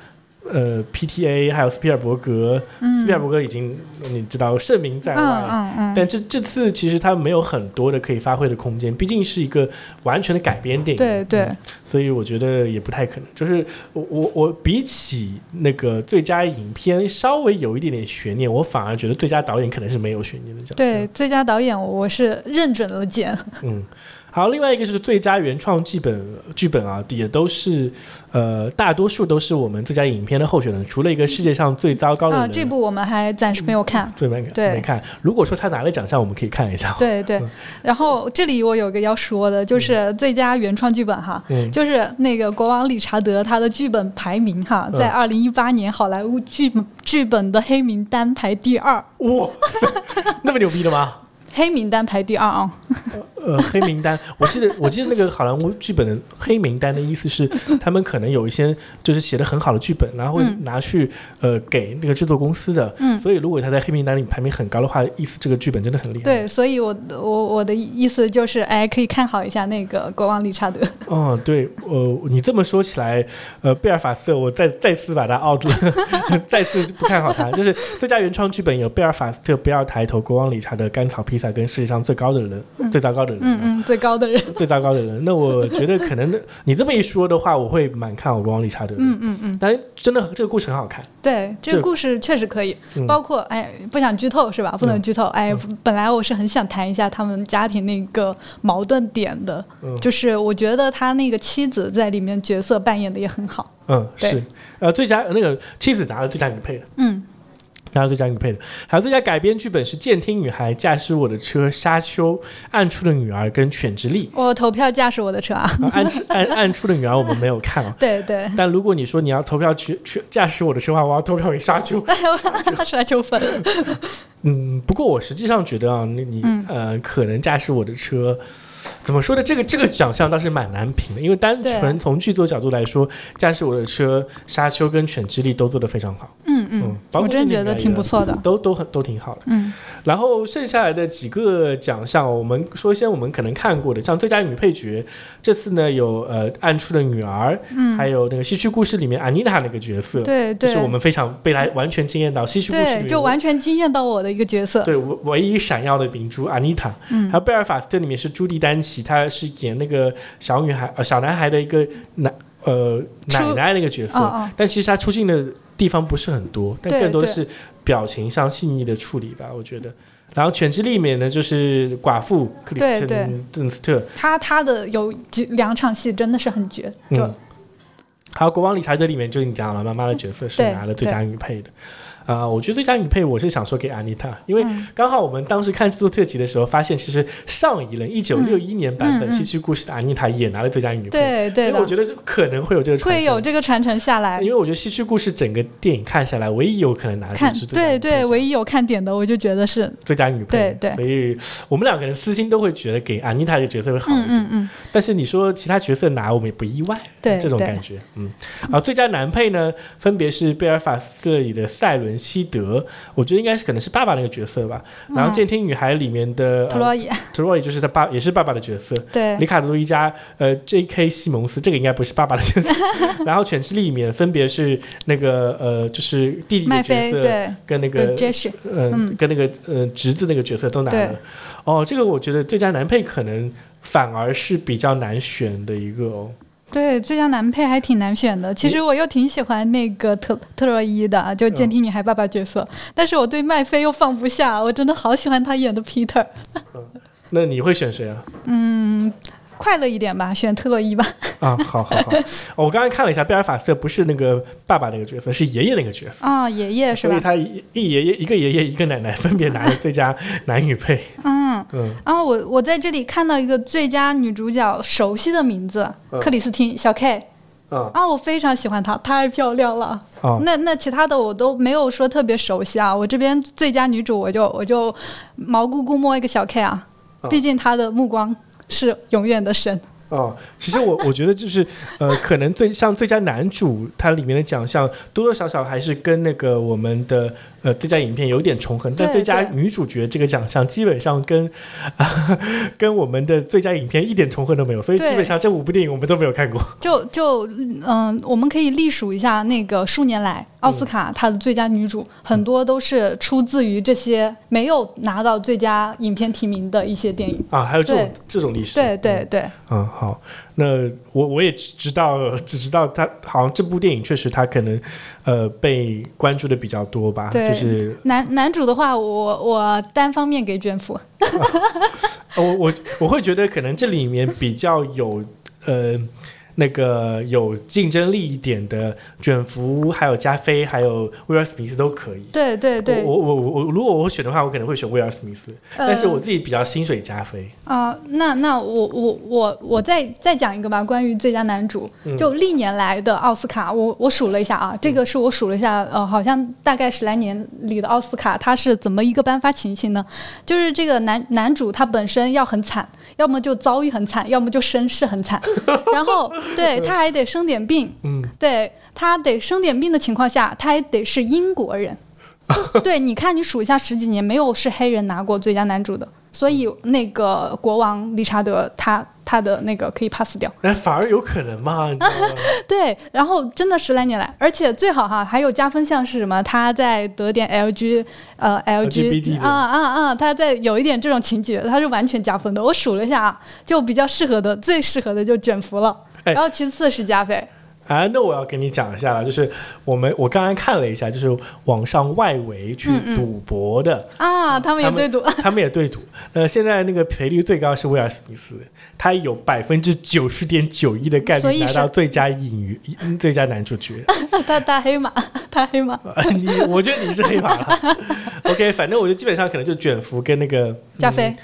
A: 呃 PTA 还有斯皮尔伯格，斯皮尔伯格已经你知道盛名在外，
B: 嗯嗯嗯
A: 但这这次其实他没有很多的可以发挥的空间，毕竟是一个完全的改编电影，
B: 对对
A: 嗯所以我觉得也不太可能。就是我我我比起那个最佳影片稍微有一点点悬念，我反而觉得最佳导演可能是没有悬念的这样。
B: 对，最佳导演我是认准了剪，
A: 嗯，好，另外一个就是最佳原创剧本剧本啊，也都是呃，大多数都是我们最佳影片的候选人，除了一个世界上最糟糕的嗯
B: 啊，
A: 人，
B: 这部我们还暂时没有看。
A: 最没
B: 对
A: 没看。如果说他拿了奖项，我们可以看一下。，
B: 对对，然后这里我有个要说的，就是最佳原创剧本哈，
A: 嗯
B: 就是那个国王理查德他的剧本排名哈，
A: 嗯
B: 在二零一八年好莱坞剧本剧本的黑名单排第二，
A: 哇，那么牛逼的吗？
B: 黑名单排第二啊，
A: 呃，黑名单，我记得我记得那个好莱坞剧本的黑名单的意思
B: <laughs>
A: 是，他们可能有一些就是写的很好的剧本，然后会拿去、呃给那个制作公司的。
B: 嗯
A: 所以如果他在黑名单里排名很高的话，意思这个剧本真的很厉害。
B: 对，所以我我我的意思就是，哎，可以看好一下那个国王理查德，
A: 哦，对，呃，你这么说起来，呃，贝尔法斯特，我再再次把他 out 了， <laughs> 再次不看好他。 <laughs> 就是最佳原创剧本有贝尔法斯特、不要抬头、国王理查德、甘草披萨跟世界上最高的人、最糟糕的人、
B: 嗯嗯，最高的人，
A: 最糟糕的人。那我觉得可能 <laughs> 你这么一说的话，我会蛮看好国王理查德的。
B: 嗯嗯嗯，
A: 但真的这个故事很好看，
B: 对，这
A: 这
B: 个故事确实可以，
A: 嗯
B: 包括哎，不想剧透是吧？不能剧透，哎，本来我是很想谈一下他们家庭那个矛盾点的，
A: 嗯
B: 就是我觉得他那个妻子在里面角色扮演的也很好，
A: 嗯，
B: 对
A: 是，呃，最佳那个妻子拿了最佳女配的，
B: 嗯，
A: 拿了最佳女配的，还有最佳改编剧本是《监听女孩》《驾驶我的车》《沙丘》《暗处的女儿》跟《犬之力》。
B: 我投票驾驶我的车啊，。
A: 啊暗处暗暗处的女儿我们没有看啊
B: 对对，
A: 但如果你说你要投票去去驾驶我的车的话，我要投票给沙丘。
B: <laughs> 是来纠纷，
A: 嗯，不过我实际上觉得啊，你你、
B: 嗯
A: 呃，可能驾驶我的车，怎么说呢？这个这个奖项倒是蛮难评的，因为单
B: 对
A: 纯从剧作角度来说，驾驶我的车、沙丘跟犬之力都做得非常好。
B: 嗯
A: 嗯
B: 嗯，，
A: 包括
B: 我真
A: 这
B: 觉
A: 两
B: 得
A: 个嗯
B: 挺不错的，
A: 都都很都挺好的。
B: 嗯
A: 然后剩下来的几个奖项，我们说一些我们可能看过的，像最佳女配角，这次呢有呃《暗处的女儿》，
B: 嗯
A: 还有那个《西区故事》里面安妮塔那个角色，
B: 对
A: 就
B: 对，
A: 是我们非常被她完全惊艳到。《西区故事》里
B: 对
A: 面
B: 就完全惊艳到我的一个角色，
A: 对唯唯一闪耀的明珠安妮塔，
B: 嗯
A: 还有贝尔法斯特里面是朱迪丹奇，她是演那个小女孩呃小男孩的一个奶呃奶
B: 出
A: 奶那个角色，
B: 哦哦
A: 但其实她出镜的地方不是很多，但
B: 对
A: 更多的
B: 对
A: 是表情上细腻的处理吧，我觉得。然后《犬之力》里面呢，就是寡妇克里
B: 对
A: 斯
B: 对
A: 滕邓斯特，
B: 他他的有几两场戏真的是很绝，就
A: 嗯，还有《国王理查德》里面，就是你讲了妈妈的角色是
B: 对
A: 拿了最佳女配的。啊、我觉得最佳女配我是想说给安妮塔，因为
B: 嗯
A: 刚好我们当时看这部特辑的时候，发现其实上一轮一九六一年版本
B: 嗯嗯
A: 《西区故事》的安妮塔也拿了最佳女配，
B: 对对
A: 所以我
B: 的
A: 觉。得这可能会有这个传
B: 会有
A: 承，
B: 这个传承下来
A: 因，为我觉得《西区故事》整个电影看下来，唯一有可能拿的
B: 看
A: 就是最嗯佳
B: 对
A: 女配
B: 对，
A: 奖
B: 唯一有看点的，我就觉得是，
A: 最佳女配，
B: 对对
A: 所以我们两个人私心都会觉得给安妮塔这个角色会好一
B: 嗯
A: 点。
B: 嗯嗯，
A: 但是你说其他角色拿，我们也不意外，
B: 对
A: 这种
B: 对
A: 感觉，嗯。啊，最佳男配呢，分别是贝尔法斯特里的塞伦·人希德，我觉得应该是可能是爸爸那个角色吧。
B: 嗯
A: 然后《监听女孩》里面的
B: 特嗯洛伊，
A: 特洛伊就是他爸，也是爸爸的角色。
B: 对
A: 里卡德洛伊加，呃，J.K. 西蒙斯，这个应该不是爸爸的
B: <laughs>
A: 角色。然后《犬之力》里面分别是那个呃，就是弟弟的
B: 麦
A: 角
B: 菲
A: 色
B: 对
A: 跟那个
B: 跟 Jesse，
A: 呃
B: 嗯
A: 跟那个呃侄子那个角色都拿
B: 对
A: 了。哦，这个我觉得最佳男配可能反而是比较难选的一个哦。
B: 对，最佳男配还挺难选的。其实我又挺喜欢那个特特洛伊的
A: 嗯
B: 啊，就监听女孩爸爸角色，但是我对麦菲又放不下，我真的好喜欢他演的 Peter。
A: 那你会选谁啊？
B: 嗯，快乐一点吧，选特洛伊吧。
A: 啊，好好好， <laughs> 我刚刚看了一下，贝尔法瑟不是那个爸爸那个角色，是爷爷那个角色，
B: 啊、爷爷是
A: 所以
B: 吧？
A: 他一一爷爷一个爷爷一个奶奶分别拿了最佳男女配。
B: 嗯。
A: 嗯，
B: 然后我我在这里看到一个最佳女主角熟悉的名字，
A: 嗯
B: 克里斯汀小 K。
A: 啊
B: <laughs> 啊，我非常喜欢她，太漂亮了。
A: 哦
B: 那那其他的我都没有说特别熟悉啊。我这边最佳女主我就我就毛咕咕摸一个小 K 啊，
A: 哦
B: 毕竟她的目光是永远的神。
A: 哦，其实
B: <laughs>
A: 我我觉得就是，呃，可能最像最佳男主，它里面的奖项多多少少还是跟那个我们的呃最佳影片有点重合，但
B: 对
A: 最佳
B: 对
A: 女主角这个奖项基本上跟、 <laughs> 跟我们的最佳影片一点重合都没有，所以基
B: 对
A: 本上这五部电影我们都没有看过。
B: 就就嗯、我们可以历数一下那个数年来奥斯卡
A: 嗯
B: 它的最佳女主，很多都是出自于这些没有拿到最佳影片提名的一些电影。
A: 啊，还有这种
B: 对
A: 这种历史，
B: 对对对，
A: 嗯，好，那我我也只知道，只知道他好像这部电影确实他可能呃被关注的比较多吧，
B: 对
A: 就是
B: 男男主的话，我我单方面给卷福。
A: 呃我我我会觉得可能这里面比较有呃那个有竞争力一点的卷福，还有加菲，还有威尔史密斯都可以。
B: 对对对，
A: 我我我我，如果我选的话，我可能会选威尔史密斯，
B: 呃
A: 但是我自己比较心水加菲。
B: 啊、那那我我我我再再讲一个吧，关于最佳男主，就历年来的奥斯卡，我我数了一下啊，这个是我数了一下，呃，好像大概十来年里的奥斯卡，它是怎么一个颁发情形呢？就是这个男男主他本身要很惨，要么就遭遇很惨，要么就身世很惨，然后对他还得生点病，
A: 嗯，
B: 对他得生点病的情况下，他还得是英国人。 <laughs> 对，你看你数一下十几年，没有是黑人拿过最佳男主的，所以那个国王理查德他他的那个可以 pass 掉。
A: 那反而有可能嘛，你知道吗？ <laughs>
B: 对，然后真的十来年来，而且最好哈，还有加分项是什么？他在得点 LG 呃 LG
A: LGBT
B: 啊啊啊，他在有一点这种情节，他是完全加分的。我数了一下啊，就比较适合的，最适合的就卷福了，
A: 哎
B: 然后其次是加菲。
A: 啊，那我要跟你讲一下了，就是我们我刚刚看了一下，就是网上外围去赌博的，
B: 啊，他们也
A: 他们
B: 对赌，
A: <laughs>
B: <laughs>
A: 他们也对赌。呃，现在那个赔率最高是威尔史密斯，他有百分之九十点九一的概
B: 所以
A: 率拿到
B: 是
A: 最佳影娱最佳男主
B: <laughs>
A: 角。
B: 他他黑马， <laughs> 他黑马，
A: 呃你我觉得你是黑马了。OK，反正我就基本上可能就卷福跟那个
B: <laughs>
A: 嗯
B: 加菲、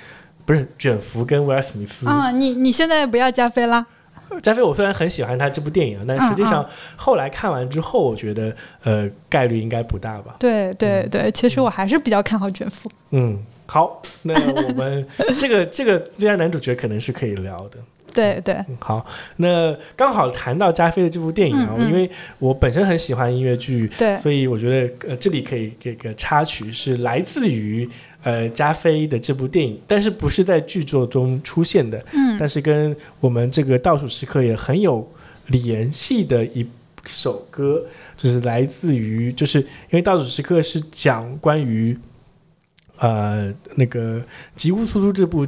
A: 不是卷福跟威尔史密斯。
B: 啊，你你现在不要加菲啦。
A: 加菲，我虽然很喜欢他这部电影，但实际
B: 嗯
A: 上后来看完之后，我觉得呃概率应该不大吧。
B: 对对对，其实我还是比较看好卷福。
A: 嗯，好，那我
B: <laughs>
A: 们这个这个最佳男主角可能是可以聊的。
B: 对对，
A: 嗯好，那刚好谈到加菲的这部电影啊，
B: 嗯嗯
A: 因为我本身很喜欢音乐剧，
B: 对
A: 所以我觉得呃这里可以给个插曲，是来自于呃加菲的这部电影，但是不是在剧作中出现的，嗯，但是跟我们这个倒数时刻也很有联系的一首歌，就是来自于，就是因为倒数时刻是讲关于呃那个《吉屋出租》这部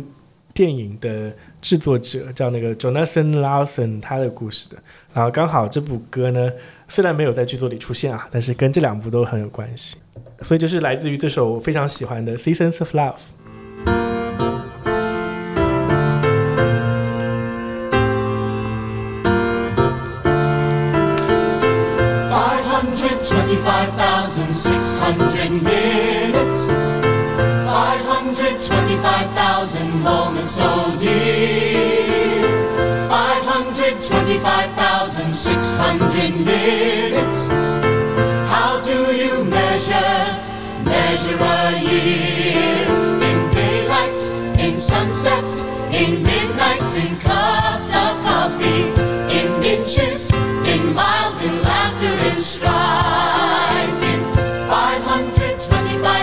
A: 电影的制作者叫那个 Jonathan Larson 他的故事的。然后刚好这部歌呢，虽然没有在剧作里出现啊，但是跟这两部都很有关系，所以就是来自于这首我非常喜欢的《Seasons of Love》。
E: 525,600 minutes. 525,000 moments so dear. 525,600 minutes. How do you measure, measure a year? In daylights, in sunsets, in midnights, in cups of coffee, in inches, in miles, in laughter, in strife. In 525,000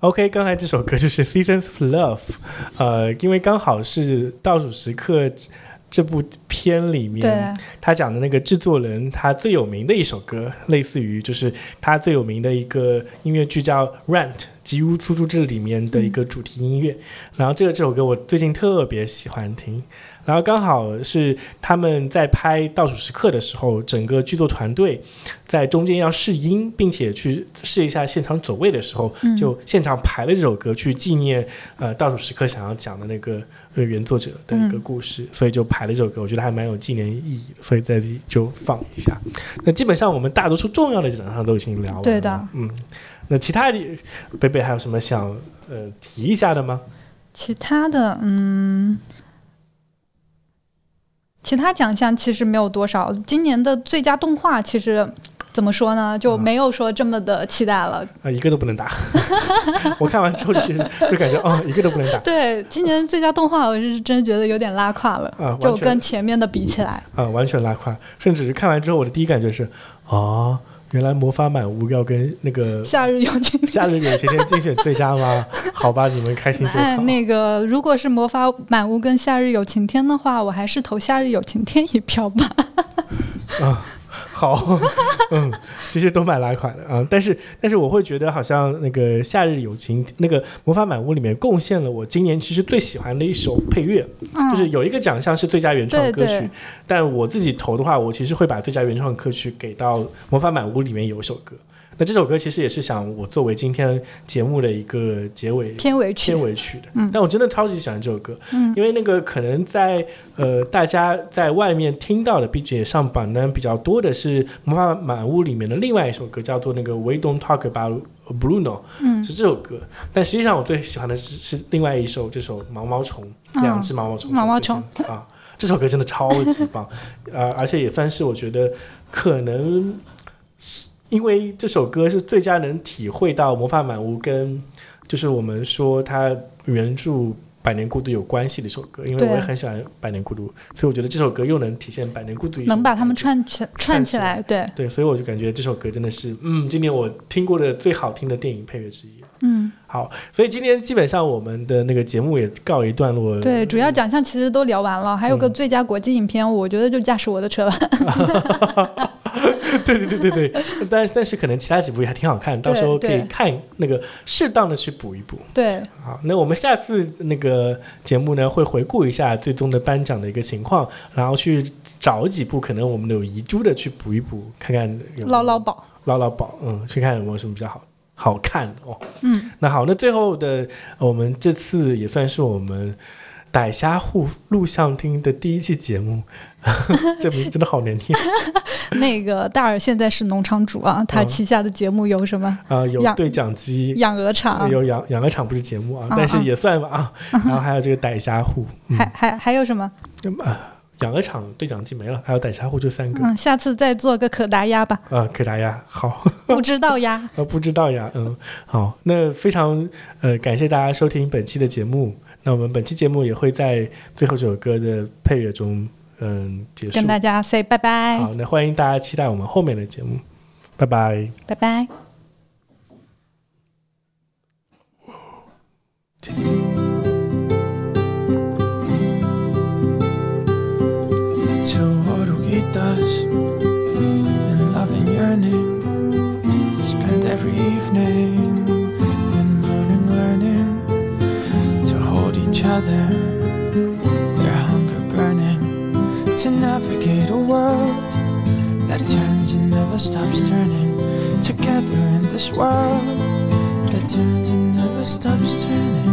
A: OK，刚才这首歌就是 Seasons of Love，呃，因为刚好是倒数时刻这部片里
B: 对
A: 面，他讲的那个制作人他最有名的一首歌，类似于就是他最有名的一个音乐剧叫《Rent》。吉屋出租制里面的一个主题音乐，然后这个这首歌我最近特别喜欢听，然后刚好是他们在拍倒数时刻的时候，整个剧作团队在中间要试音，并且去试一下现场走位的时候，
B: 嗯
A: 就现场排了这首歌去纪念呃倒数时刻想要讲的那个呃原作者的一个故事，所以就排了这首歌，我觉得还蛮有纪念意义的，所以在这里就放一下。那基本上我们大多数重要的奖项都已经聊完了，
B: 对的，
A: 嗯。那其他的北北还有什么想呃提一下的吗？
B: 其他的，嗯，其他奖项其实没有多少。今年的最佳动画其实怎么说呢，
A: 嗯
B: 就没有说这么的期待了。
A: 啊、一个都不能打。 <laughs> 我看完之后就觉得就感觉哦，一个都不能打。
B: 对，今年最佳动画我是真觉得有点拉胯了，
A: 啊
B: 就
A: 完全
B: 跟前面的比起来，
A: 啊、完全拉胯，甚至是看完之后，我的第一感觉是，哦，原来魔法满屋要跟那个
B: 夏日有晴
A: 呃夏日有晴天竞选最佳吗？好吧，你们开心就
B: 哎，
A: 好。
B: <laughs> 那个，如果是魔法满屋跟夏日有晴天的话，我还是投夏日有晴天一票吧。
A: 嗯 <laughs> 好，嗯，其实都蛮拉胯的啊，但是但是我会觉得好像那个夏日有晴，那个魔法满屋里面贡献了我今年其实最喜欢的一首配乐，就是有一个奖项是最佳原创
B: 对
A: 歌曲，
B: 嗯对
A: 但我自己投的话，我其实会把最佳原创歌曲给到《魔法满屋》里面有一首歌。那这首歌其实也是想我作为今天节目的一个结尾
B: <laughs> 片尾曲
A: 片尾曲的，
B: 嗯
A: 但我真的超级喜欢这首歌，因为那个可能在呃大家在外面听到的，并且上榜单比较多的是《魔法满屋》里面的另外一首歌，叫做那个《We Don't Talk About Bruno》，
B: 嗯
A: 是这首歌。但实际上我最喜欢的是是另外一首，这首《毛毛虫》，
B: 嗯
A: 两只毛毛虫，
B: 毛毛虫
A: 就是啊，这首歌真的超级棒， <laughs> 呃，而且也算是我觉得可能是因为这首歌是最佳能体会到《魔法满屋》跟就是我们说它原著《百年孤独》有关系的一首歌，因为
B: 对
A: 我也很喜欢《百年孤独》，所以我觉得这首歌又能体现《百年孤独》一
B: 能
A: 种
B: 把它们
A: 感觉
B: 串起
A: 嗯串
B: 串
A: 起
B: 起
A: 来
B: 来，对，
A: 对，所以我就感觉这首歌真的是，嗯，今年我听过的最好听的电影配乐之一了。
B: 嗯，
A: 好，所以今天基本上我们的那个节目也告一段落。
B: 对，主要奖项其实都聊完了，还有个最佳国际影片，我觉得就《驾驶我的车》吧。
A: 对对对对对，但但是可能其他几部也还挺好看，到时候可以
B: 对
A: 看那个适当的去补一补。
B: <laughs> 对，
A: 好，那我们下次那个节目呢，会回顾一下最终的颁奖的一个情况，然后去找几部可能我们有遗珠的去补一补，看看有没有
B: 捞捞宝。
A: 捞捞宝，嗯，去看有没有什么比较好好看的哦。
B: 嗯，
A: 那好，那最后的呃我们这次也算是我们逮虾户录像厅的第一期节目， <laughs> 这名字真的好难
B: <laughs>
A: 听
B: 那个大耳现在是农场主啊，他
A: 嗯
B: 旗下的节目有什么？
A: 啊、有
B: 养
A: 对讲机，
B: <laughs> 养鹅场，
A: 有养养鹅场不是节目啊，
B: 啊
A: 但是
B: 啊
A: 也算吧
B: <laughs>
A: 啊。然后还有这个逮虾户，嗯
B: 还还还有什么？
A: 嗯啊，养鹅场对讲机没了，还有逮虾户就三个。
B: 嗯，下次再做个可达鸭吧， <laughs>
A: 啊，可达鸭，好，
B: 不知道呀。
A: 呃，不知道呀，嗯，好，那非常呃，感谢大家收听本期的节目。那我们本期节目也会在最后这首歌的配乐中，嗯，结束
B: 跟。大家 say 拜拜，
A: 好，那欢迎大家期待我们后面的节目，拜拜。
B: 拜拜。
H: Tawadawitas and love and yearning. Spend every evening and morning learning to hold each other, their hunger burning. To navigate a world that turns and never stops turning. Together in this world that turns and never stops turning.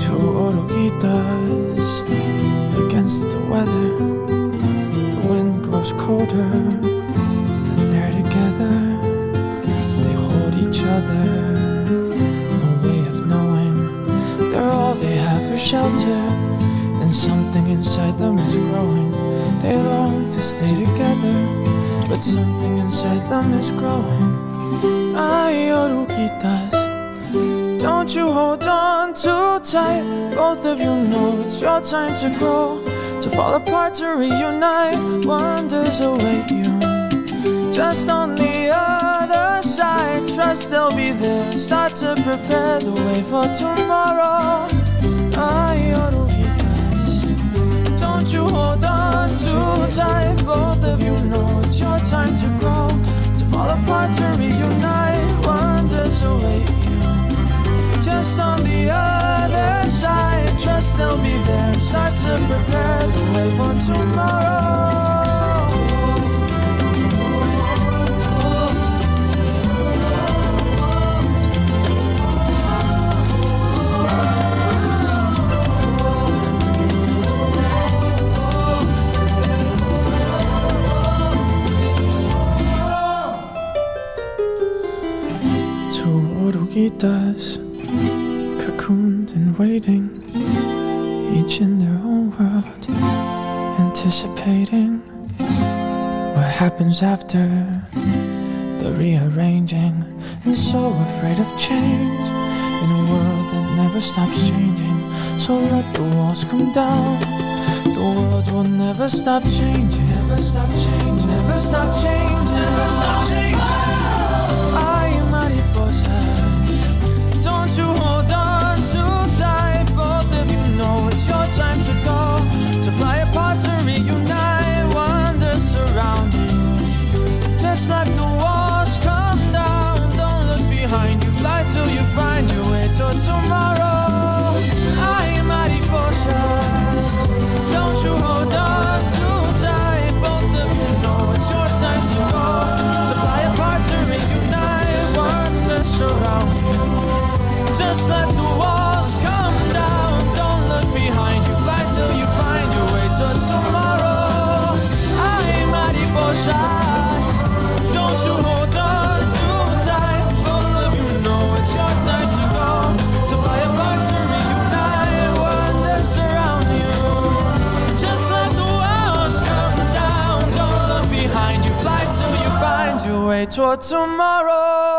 H: Two oruguitas against the weather. The wind grows colder, but they're together. They hold each other. No way of knowing. They're all they have for shelter, and something inside them is growing. They long to stay together, but something inside them is growing. Ay, oruguitas, don't you hold on too tight. Both of you know it's your time to grow, to fall apart, to reunite. Wonders await you just on the other side. trust they'll be there. Start to prepare the way for tomorrow. Ay, oruguitas. Don't you hold on too tight. Both of you know it's your time to grow. To fall apart, to reunite. Wonders await you. Just on the other side. Trust they'll be there. Start to prepare the way for tomorrow.
J: Two
H: oruguitas, cocooned and waiting, each in their own world, anticipating what happens after the rearranging, and so afraid of change in a world that never stops changing. So let the walls come down. The world will never stop changing. Never stop changing. Never stop changing. Never stop changing. I am mariposas. Don't you hold on too tight. Both of you know it's your time to go. To fly apart, to reunite, wonder surround you. Just let the walls come down. Don't look behind you. Fly till you find your way till tomorrow. I am mariposas. Don't you hold on too tight. Both of you know it's your time to go. So fly apart to reunite. Wonders around you. Just let the walls come down. Don't look behind you. Fly till you find your way to tomorrow. I am mariposas. Don't you hold on too tight. Both of you know it's your time to go. To fly apart to reunite. Wonders around you. Just let the walls come down. Don't look behind you. Fly till you find your way to tomorrow.